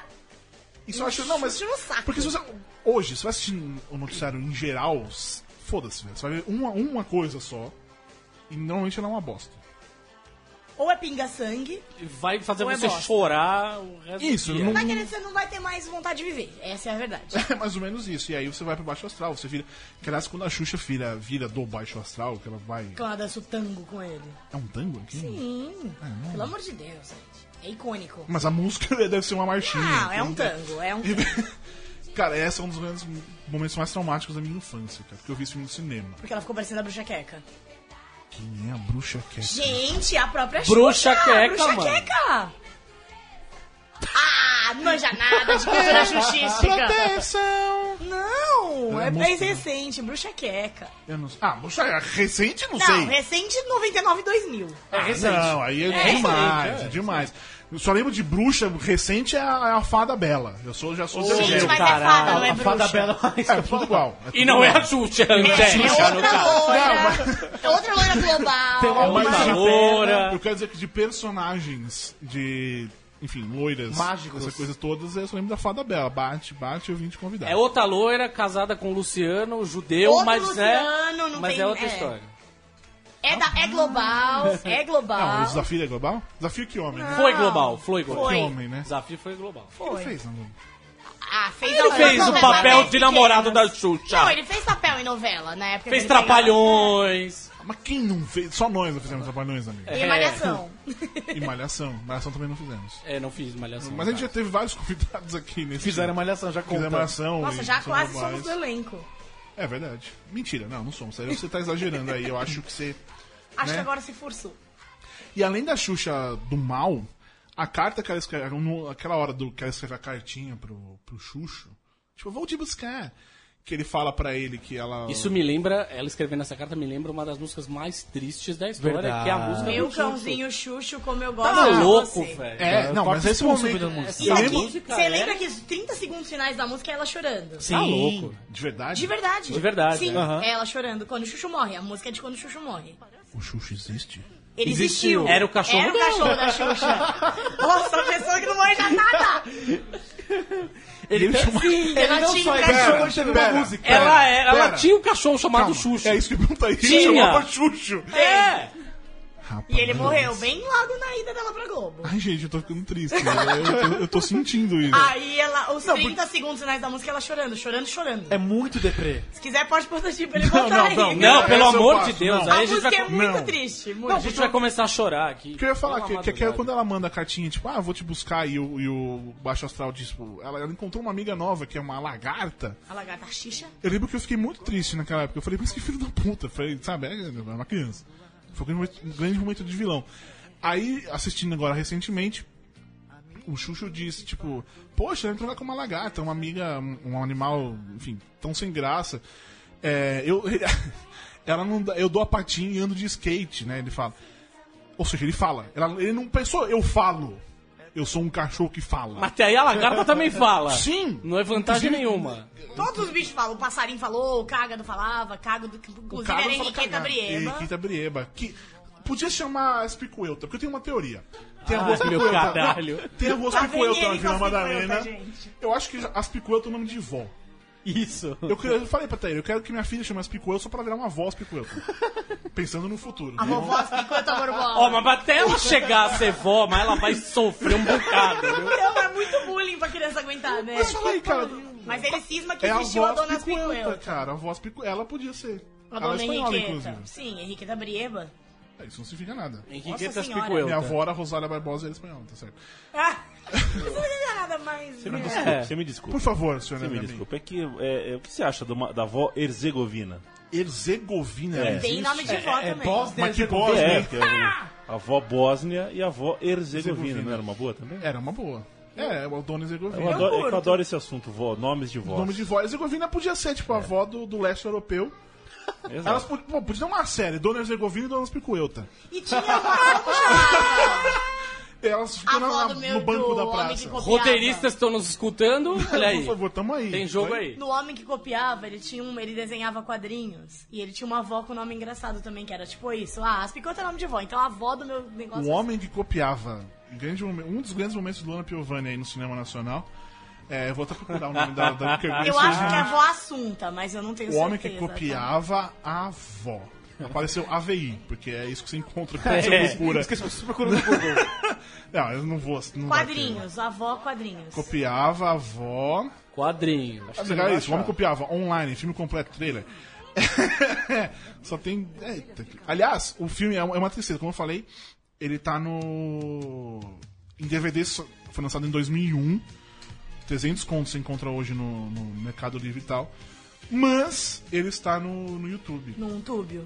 S8: Isso eu acho. Não, mas.
S10: Isso é um saco.
S8: Porque se você. Hoje, se você assistir o noticiário em geral, s- foda-se, velho. Você vai ver uma, uma coisa só. E normalmente ela é uma bosta.
S10: Ou é pinga-sangue,
S6: Vai fazer
S10: Ou é
S6: você
S10: bosta.
S8: Ah,
S6: chorar o resto
S8: Isso,
S6: do dia.
S8: não-
S10: vai querer que tá você não vai ter mais vontade de viver. Essa é a verdade.
S8: É mais ou menos isso. E aí você vai pro baixo astral, você vira. Que aliás, quando a Xuxa vira, vira do baixo astral, que ela vai.
S10: Quando ela dança o tango com ele.
S8: É um tango aqui?
S10: Sim.
S6: Ah,
S10: Pelo amor de Deus, gente. É icônico.
S8: Mas a música deve ser uma marchinha.
S10: Não, é um
S6: então.
S8: entende?
S10: tango. É um.
S8: E- Cara, esse é um dos grandes momentos mais traumáticos da minha infância, cara. Porque eu vi esse filme no cinema.
S10: Porque ela ficou parecendo a bruxa queca.
S8: Quem é a bruxa que é?
S10: Gente, a própria
S6: Bruxa
S10: Xuxa.
S6: queca,
S10: bruxa
S6: mano.
S10: queca. Ah, não manja nada de cultura xuxística.
S8: Proteção!
S10: Não,
S8: Ela
S10: é
S8: é
S10: mais
S8: música, né?
S10: recente, bruxa queca.
S8: Eu não sei. Ah, bruxa é recente? Não,
S10: Não,
S8: sei.
S10: recente 99 2000.
S8: Ah, Não, aí é, demais, é, demais. Eu só lembro de bruxa recente é a, a fada bela. Eu sou, já sou seu
S10: Gente,
S8: gênio.
S10: mas é fada,
S6: caralho.
S10: não é
S9: a fada
S10: bruxa.
S9: bela mais.
S8: É tudo igual. é
S6: E
S8: tudo
S6: não é a
S8: igual.
S6: Xuxa,
S10: É,
S6: gente,
S10: é
S6: no
S10: outra
S6: caso.
S10: loira. É outra loira global.
S9: Tem uma
S6: uma
S9: loira de
S6: loura.
S9: perna.
S8: Eu quero dizer que de personagens de. Enfim, loiras.
S9: Mágicos.
S8: Essas coisas todas, eu só lembro da fada bela. Bate, bate, eu vim te convidar.
S6: É outra loira casada com o Luciano, judeu,
S10: Outro
S6: mas
S10: Luciano,
S6: né?
S10: não
S6: Mas
S10: tem-
S6: é outra
S10: é.
S6: história.
S10: É, da, é global, é
S8: Não, o
S10: global.
S8: desafio é global? Desafio que homem, né?
S6: Foi global, Ah, foi global.
S8: Que
S10: Ah, Foi.
S8: homem, né?
S6: O desafio foi global.
S8: O que ele fez, Andu?
S10: Ah, fez
S6: Ele
S10: algumas
S6: fez o
S10: novelas
S6: papel de
S10: pequenas.
S6: namorado da Xuxa.
S10: é Não, ele fez papel em novela, né? na época
S6: Fez
S10: que ele pegava-
S6: trapalhões.
S8: Ah, Mas quem não fez? Só nós não fizemos trabalhões, amigo.
S10: E malhação.
S8: E malhação. Malhação também não fizemos.
S6: É, não fiz malhação.
S8: Mas a gente já
S6: cara.
S8: teve vários convidados aqui nesse.
S9: Fizeram malhação, já
S8: Fizeram
S9: conta.
S8: malhação.
S10: Nossa,
S8: e
S10: já
S8: somos
S10: quase
S8: mais.
S10: somos do elenco.
S8: É verdade. Mentira, não, não somos. Sério, você tá exagerando aí. Eu acho que você.
S10: Acho
S8: Né?
S10: que agora se forçou.
S8: E além da Xuxa do mal, a carta que ela escreveu. Aquela hora do, que ela escreveu a cartinha pro, pro Xuxo. Tipo, eu vou te buscar. que ele fala pra ele que ela.
S6: Isso me lembra, ela escrevendo essa carta me lembra uma das músicas mais tristes da história, que é a música
S10: Meu
S6: do
S10: cãozinho Xuxu, como eu gosto
S6: Tá
S10: de
S6: louco,
S10: você.
S6: velho.
S8: É, não, mas esse momento. é
S10: E
S8: Eu
S10: aqui,
S8: lembro-
S6: música
S10: você
S6: é-
S10: lembra que os 30 segundos finais da música é ela chorando?
S6: Tá louco.
S8: assim, De verdade?
S10: De verdade.
S6: De verdade,
S10: Sim,
S6: né?
S10: é ela chorando quando o Xuxu morre. A música é de quando o Xuxu morre.
S8: O Xuxa existe?
S10: Ele
S6: Existiu.
S10: existiu.
S6: Era o cachorro
S10: Era o
S6: dela.
S10: cachorro da Xuxa. Nossa, a pessoa que não manja nada.
S8: Ele, chama-
S10: ela
S9: Ele não
S10: tinha
S9: só
S10: um
S9: é
S10: cachorro.
S9: cachorro, ele teve uma
S8: Pera.
S9: música.
S6: Ela, é- ela
S8: pera.
S6: tinha um cachorro chamado
S8: Calma,
S6: Xuxa.
S8: É isso que eu perguntei.
S6: Tinha.
S8: Chamava Xuxo.
S6: É.
S8: Rapaz,
S10: E ele morreu bem logo na ida dela pra Globo.
S8: Ai, gente, eu tô ficando triste. né? Eu, eu- eu tô sentindo isso.
S10: Aí ela, os 30 segundos finais da música, ela chorando, chorando, chorando.
S9: É muito deprê.
S10: Se quiser, pode pôr o tipo, ele
S8: Não,
S10: voltar
S8: não,
S10: aí.
S8: não,
S6: Não, pelo
S8: Essa eu
S6: amor
S8: faço,
S6: de Deus.
S8: não.
S10: A
S6: Aí a gente
S10: música
S6: vai,
S10: é muito
S8: não.
S10: triste, muito.
S6: não, a gente vai começar a chorar aqui.
S8: O que eu ia falar? Que,
S6: Pela
S8: que, que é
S6: madrugada.
S8: quando ela manda a cartinha, tipo, ah, eu vou te buscar e o, e o Baixo Astral diz, tipo, ela, ela encontrou uma amiga nova que é uma lagarta.
S10: A lagarta xixa.
S8: Eu lembro que eu fiquei muito triste naquela época. Eu falei, mas que filho da puta. Eu falei, sabe, é é uma criança. Foi um grande momento- um grande momento de vilão. Aí, assistindo agora recentemente, o Xuxo disse, tipo, poxa, eu entrou com uma lagarta, uma amiga, um um animal, enfim, tão sem graça. É, eu, ela não, dá- eu dou a patinha e ando de skate, né? Ele fala. Ou seja, ele fala. Ela- ele não pensou, eu falo. Eu sou um cachorro que fala.
S6: Mas até aí a lagarta também fala.
S8: Sim.
S6: Não é vantagem
S8: Inclusive,
S6: nenhuma.
S10: Todos os bichos falam. O passarinho falou, o cagado falava, cago do... Inclusive
S8: Cabo
S10: era
S8: fala
S10: Henriqueta
S8: cagado.
S10: Brieba.
S8: Henriqueta Brieba. Que podia se chamar as picuelta, porque eu tenho uma teoria. Tem
S6: Ah,
S8: arroz
S6: meu
S8: picuelta.
S6: caralho.
S8: Não, Tem arroz
S10: Lá vem
S8: picuelta
S10: ele assim
S8: na
S10: com
S8: Vila
S10: as
S8: Madalena.
S10: picuelta, gente.
S8: Eu acho que as picuelta é o nome de vó.
S6: Isso.
S8: Eu, que- eu falei pra Thaíra, eu quero que minha filha chame as picuelta só pra virar uma avó as picuelta. Pensando no futuro.
S10: A vovó enquanto a borbola.
S6: Ó, mas até ela chegar a ser vó, mas ela vai sofrer um bocado. viu?
S10: Então é muito bullying pra criança aguentar, né?
S8: Mas fala aí, cara.
S10: Mas ele cisma que
S8: É a
S10: existiu a
S8: voz
S10: dona
S8: picuelta,
S10: Picuel.
S8: cara. A voz picuelta. Ela podia ser.
S10: A
S8: ela é
S10: dona
S8: espanhola,
S10: Henriqueta.
S8: inclusive.
S10: Sim, Henriqueta Brieba.
S8: É, Isso não significa nada.
S6: Henriquetas
S10: Senhora.
S8: Minha
S6: Picuelta.
S8: avó era Rosália Barbosa e era espanhola, tá certo.
S10: Ah, isso não é nada mais. né?
S6: É.
S11: Você me desculpa.
S8: Por favor, senhor
S11: Você me
S8: Benjamin.
S11: desculpa. É que, é, é, o que você acha de uma- da avó Herzegovina?
S8: Herzegovina.
S11: É.
S8: ela
S10: Tem
S8: existe?
S10: nome de vó
S9: É
S10: Ah, também.
S9: Bosnia
S8: Mas que
S9: Herzegovina.
S8: Bósnia,
S11: É,
S8: hein?
S11: porque
S8: Ah!
S11: a avó Bósnia e a avó Herzegovina,
S8: Herzegovina.
S11: não era uma boa também?
S8: Era uma boa. É, o Dona
S11: Eu
S8: Herzegovina.
S11: adoro, é que eu adoro esse assunto, vó, nomes de
S8: O
S11: vó.
S8: nome de vó. Herzegovina podia ser, tipo, a avó do, do leste europeu.
S9: É.
S8: Elas pod- pô, podiam ter uma série, Dona Herzegovina e Dona Picuelta.
S10: E tinha uma como chamava?
S8: Elas
S10: A
S8: ficam
S10: avó
S8: na-
S10: do meu
S8: no banco
S10: do
S8: da
S10: homem que
S8: praça.
S10: copiava.
S6: Roteiristas estão nos escutando. Olha aí.
S8: Por favor, tamo aí.
S6: Tem jogo aí.
S10: No homem que copiava, ele tinha um, ele desenhava quadrinhos. E ele tinha uma avó com nome engraçado também, que era tipo isso. Ah, as picotas é nome de vó. Então a avó do meu negócio. é
S8: O homem que copiava. Grande momen- um dos grandes momentos do Ana Piovani aí no cinema nacional. É, eu vou até procurar o nome da... da porque
S10: Eu
S8: isso
S10: acho que é a
S8: existe.
S10: avó assunta, mas eu não tenho
S8: O homem que
S10: certeza, tá?
S8: copiava a avó. Apareceu AVI, porque é isso que você encontra quando
S9: É,
S8: você procura.
S9: esqueci, você procura no Google.
S8: Não, eu não vou. Não vai ter.
S10: Quadrinhos, avó quadrinhos.
S8: Copiava a avó.
S6: Quadrinho.
S8: Ah, legal isso, vamos copiava. Online, filme completo, trailer. Só tem. eita. Aliás, o filme é uma é uma tristeza, como eu falei, ele tá no. Em DVD, só- foi lançado em 2001. 300 um. contos você encontra hoje no, no Mercado Livre e tal. Mas ele está no, no YouTube.
S10: Num túbio.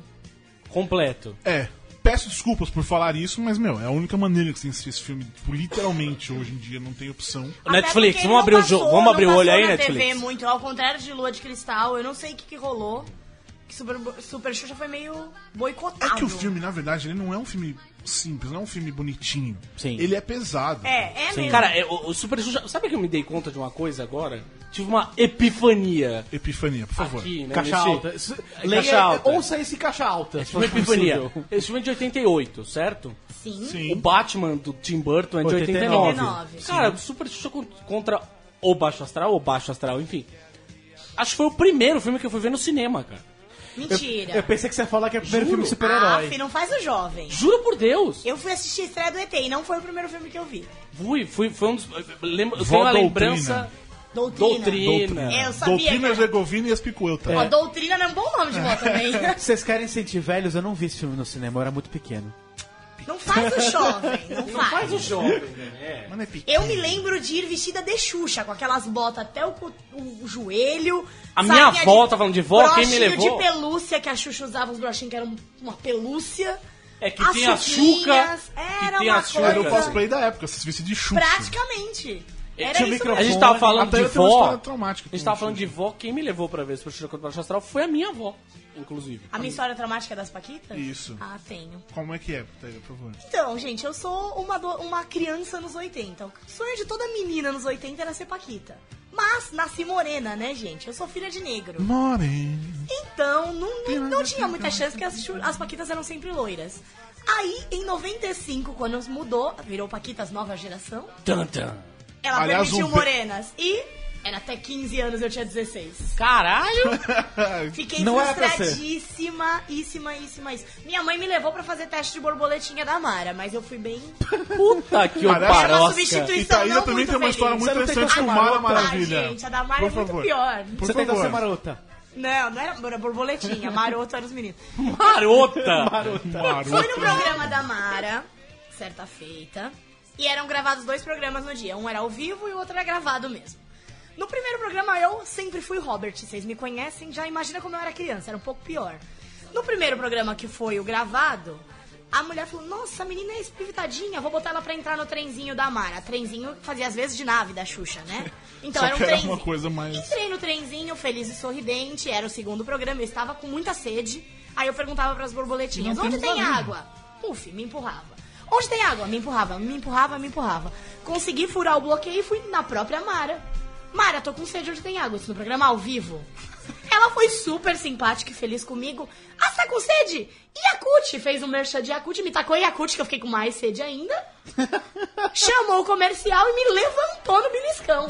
S6: Completo.
S8: É, peço desculpas por falar isso, mas, meu, é a única maneira que você assiste esse filme, tipo, literalmente, hoje em dia, não tem opção.
S10: Até
S6: Netflix,
S10: porque
S6: vamos
S10: não
S6: abrir o
S10: passou-
S6: jogo. Vamos
S10: não
S6: abrir o
S10: passou
S6: olho aí,
S10: na
S6: Netflix.
S10: TV muito, ao contrário de Lua de Cristal, eu não sei o que, que rolou. Que Super, Super Xuxa foi meio
S8: É
S10: boicotado.
S8: que o filme, na verdade, ele não é um filme simples, não é um filme bonitinho.
S6: Sim.
S8: Ele é pesado.
S10: É, é mesmo.
S6: Cara, é, o, o Super Xuxa. Sabe que eu me dei conta de uma coisa agora? Tive uma epifania
S8: Epifania, por favor.
S6: aqui, né?
S9: Caixa
S6: nesse-
S9: alta. Isso- Leia,
S6: Caixa alta.
S9: Ouça esse caixa alta.
S6: Esse filme é epifania. Esse filme é de 88, certo?
S10: Sim.
S6: O
S8: Sim.
S6: Batman do Tim Burton é de 89.
S9: 89.
S6: Cara, o Super Xuxa con- contra o Baixo Astral, ou Baixo Astral, enfim. Acho que foi o primeiro filme que eu fui ver no cinema, cara.
S10: Mentira.
S9: Eu pensei que você ia falar que é o primeiro
S6: Juro?
S9: filme de
S10: Ah,
S9: super-herói.
S10: fi, não faz o jovem.
S6: Juro por Deus.
S10: Eu fui assistir a estreia do ET e não foi o primeiro filme que eu vi.
S6: Fui, fui, foi um dos. eu Lembro, eu
S8: Vó
S6: tenho uma
S8: Doutrina.
S6: lembrança.
S10: Doutrina.
S6: Doutrina.
S10: É, eu sabia.
S8: Doutrina
S10: cara.
S8: Herzegovina e as Picuelta.
S10: Ó, doutrina não é um bom nome de né? vó também.
S9: Vocês querem sentir velhos? Eu não vi esse filme no cinema, eu era muito pequeno.
S10: não faz o jovem. Não faz.
S6: Faz o jovem, né?
S8: Mano, é pequeno.
S10: Eu me lembro de ir vestida de Xuxa, com aquelas botas até o, cu- o joelho.
S6: A
S10: sainha
S6: minha
S10: de-
S6: avó tá falando de vó, quem me
S10: brochinho
S6: levou?
S10: de pelúcia, que a Xuxa usava uns brochinhos que eram uma pelúcia.
S6: É que
S10: As
S6: tem a
S10: chuquinhas,
S6: Xuca, que
S10: Era
S6: tem
S10: uma
S6: a Xuca.
S8: Era o
S10: coisa...
S8: cosplay da época, vocês vestiam de Xuxa.
S10: Praticamente.
S6: Era
S9: É, tinha o
S6: isso
S9: microfone.
S6: mesmo. A gente tava falando
S8: Até
S6: de
S8: eu tenho uma
S6: vó.
S8: história traumática
S6: A gente tá tava
S8: com o
S6: falando de vó. Quem me levou pra ver esse Xuxa contra o Baixo Astral foi a minha avó, inclusive.
S10: A minha história traumática é das Paquitas?
S8: Isso.
S10: Ah, tenho.
S8: Como é que é, Taylor, por favor?
S10: Então, gente, eu sou uma, do- uma criança nos 80. O sonho de toda menina nos 80 era ser Paquita. Mas nasci morena, né, gente? Eu sou filha de negro.
S8: Morena.
S10: Então, não, não, não tinha muita chance, porque as, chu- as Paquitas eram sempre loiras. Aí, em 95, quando mudou, virou Paquitas Nova Geração,
S6: Tanta.
S10: ela
S8: Aliás,
S10: permitiu
S8: um be-
S10: morenas. E era até 15 anos, eu tinha 16.
S6: Caralho!
S10: Fiquei
S9: Não era pra ser.
S10: frustradíssima, íssima, íssima, íssima. Minha mãe me levou pra fazer teste de borboletinha da Mara, mas eu fui bem...
S6: Puta que
S8: Parece-
S6: o
S10: Era uma
S6: parosca.
S10: substituição
S8: E Thaísa
S10: não
S8: também
S10: muito
S8: tem uma
S10: feliz.
S8: história muito
S9: Você não tem
S8: interessante
S9: que
S8: com
S9: ser
S8: Mara
S9: marota.
S8: Maravilha.
S10: Ah, gente, a da Mara
S8: Por
S10: é muito
S8: favor.
S10: pior.
S8: Por
S9: Você tentou
S8: favor.
S9: ser marota.
S10: Não, não era bor- borboletinha, maroto eram os meninos.
S6: Marota!
S10: Fui no programa da Mara, certa feita, e eram gravados dois programas no dia. Um era ao vivo e o outro era gravado mesmo. No primeiro programa eu sempre fui Robert, vocês me conhecem, já imagina como eu era criança, era um pouco pior. No primeiro programa que foi o gravado, a mulher falou: Nossa, a menina é espiritadinha, vou botar ela pra entrar no trenzinho da Mara. Trenzinho fazia às vezes de nave da Xuxa, né? Então
S8: Só
S10: era um
S8: que era
S10: trenzinho.
S8: uma coisa mais-
S10: Entrei no trenzinho, feliz e sorridente, era o segundo programa, eu estava com muita sede. Aí eu perguntava pras borboletinhas:
S8: Não
S10: Onde
S8: temos
S10: tem
S8: aluno."
S10: água? Puf, me empurrava. Onde tem água? Me empurrava, me empurrava, me empurrava. Consegui furar o bloqueio e fui na própria Mara. Mara, tô com sede onde tem água. Isso no programa ao vivo. Ela foi super simpática e feliz comigo. Ah, você tá com sede? Yakut! Fez um merchan de Yakut, me tacou em Yakut, que eu fiquei com mais sede ainda. Chamou o comercial e me levantou no beliscão.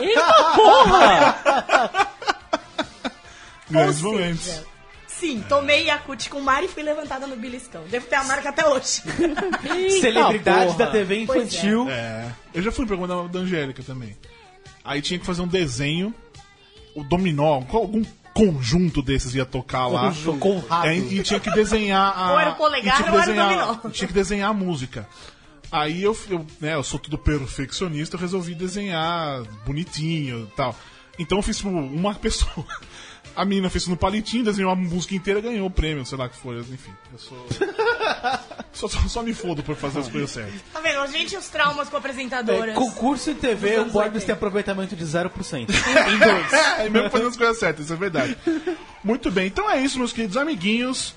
S6: Eita porra!
S8: Grandes
S10: Ou seja,
S8: momentos.
S10: Sim, tomei Yakut com Mara e fui levantada no beliscão. Devo ter a marca até hoje.
S6: Eita
S9: Celebridade
S6: porra.
S9: da TV
S10: Pois
S9: infantil.
S8: É. Eu já fui no programa da Angélica também. Aí tinha que fazer um desenho, o dominó, qual- algum conjunto desses ia tocar lá.
S6: Tocou um rabo.
S8: É, e tinha que desenhar a.
S10: Ou era o polegar
S8: e tinha que
S10: ou era o
S8: desenhar-
S10: dominó.
S8: Tinha que desenhar a música. Aí eu, eu, né, eu sou tudo perfeccionista, eu resolvi desenhar bonitinho e tal. Então eu fiz tipo, uma pessoa. A menina fez isso no palitinho, desenhou a música inteira e ganhou o prêmio, sei lá o que foi, enfim. Eu sou. só, só, só me fodo por fazer as coisas certas.
S10: Tá vendo? Gente, os traumas com
S8: É,
S10: apresentadoras.
S9: Concurso em TV,
S10: Dos
S9: o
S10: anos
S9: Borbis
S10: 80.
S9: tem aproveitamento de 0%.
S8: É, mesmo fazendo as coisas certas, isso é verdade. Muito bem, então é isso, meus queridos amiguinhos.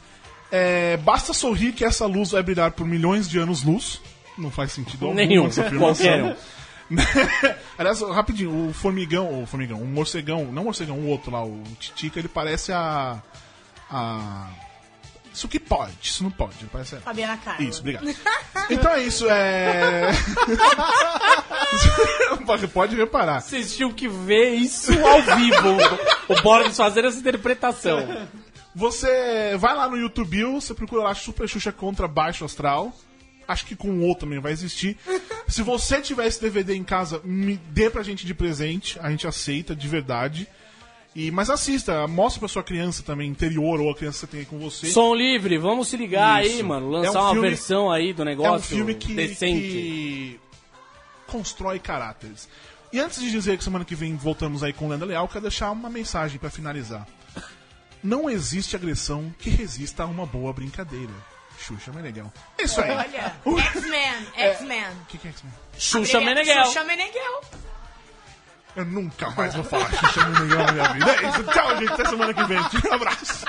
S8: É, basta sorrir que essa luz vai brilhar por milhões de anos-luz. Não faz sentido algum
S6: Nenhum,
S8: essa
S6: qualquer
S8: afirmação.
S6: um.
S8: Aliás, rapidinho, o formigão, o formigão, o morcegão, não o morcegão, o outro lá, o Titica, ele parece a. a. Isso que pode, isso não pode, ele parece a.
S10: Fabiana Carla.
S8: Isso, obrigado. Então é isso, é. Pode reparar.
S6: Vocês tinham que ver isso ao vivo. o Boris fazer essa interpretação.
S8: Você vai lá no YouTube, você procura lá Super Xuxa contra Baixo Astral. Acho que com o outro também vai existir. Se você tiver esse DVD em casa, me dê pra gente de presente. A gente aceita, de verdade. E, mas assista, mostra pra sua criança também, interior, ou a criança que você tem aí com você.
S6: Som livre, vamos se ligar
S8: Isso.
S6: aí, mano.
S8: É
S6: Lançar
S8: um
S6: uma
S8: filme-
S6: versão aí do
S8: é
S6: negócio
S8: um filme que,
S6: decente.
S8: que constrói caráteres. E antes de dizer que semana que vem voltamos aí com o Lenda Leal, quero deixar uma mensagem pra finalizar. Não existe agressão que resista a uma boa brincadeira. Xuxa Meneghel. É Isso aí.
S10: Olha,
S8: O
S10: X-Men, X-Men.
S8: que, que é isso? mesmo?
S6: Xuxa Meneghel.
S10: Xuxa Meneghel.
S8: Eu nunca mais vou falar Xuxa Meneghel na minha vida. É isso. Tchau, gente. Até semana que vem. Um abraço.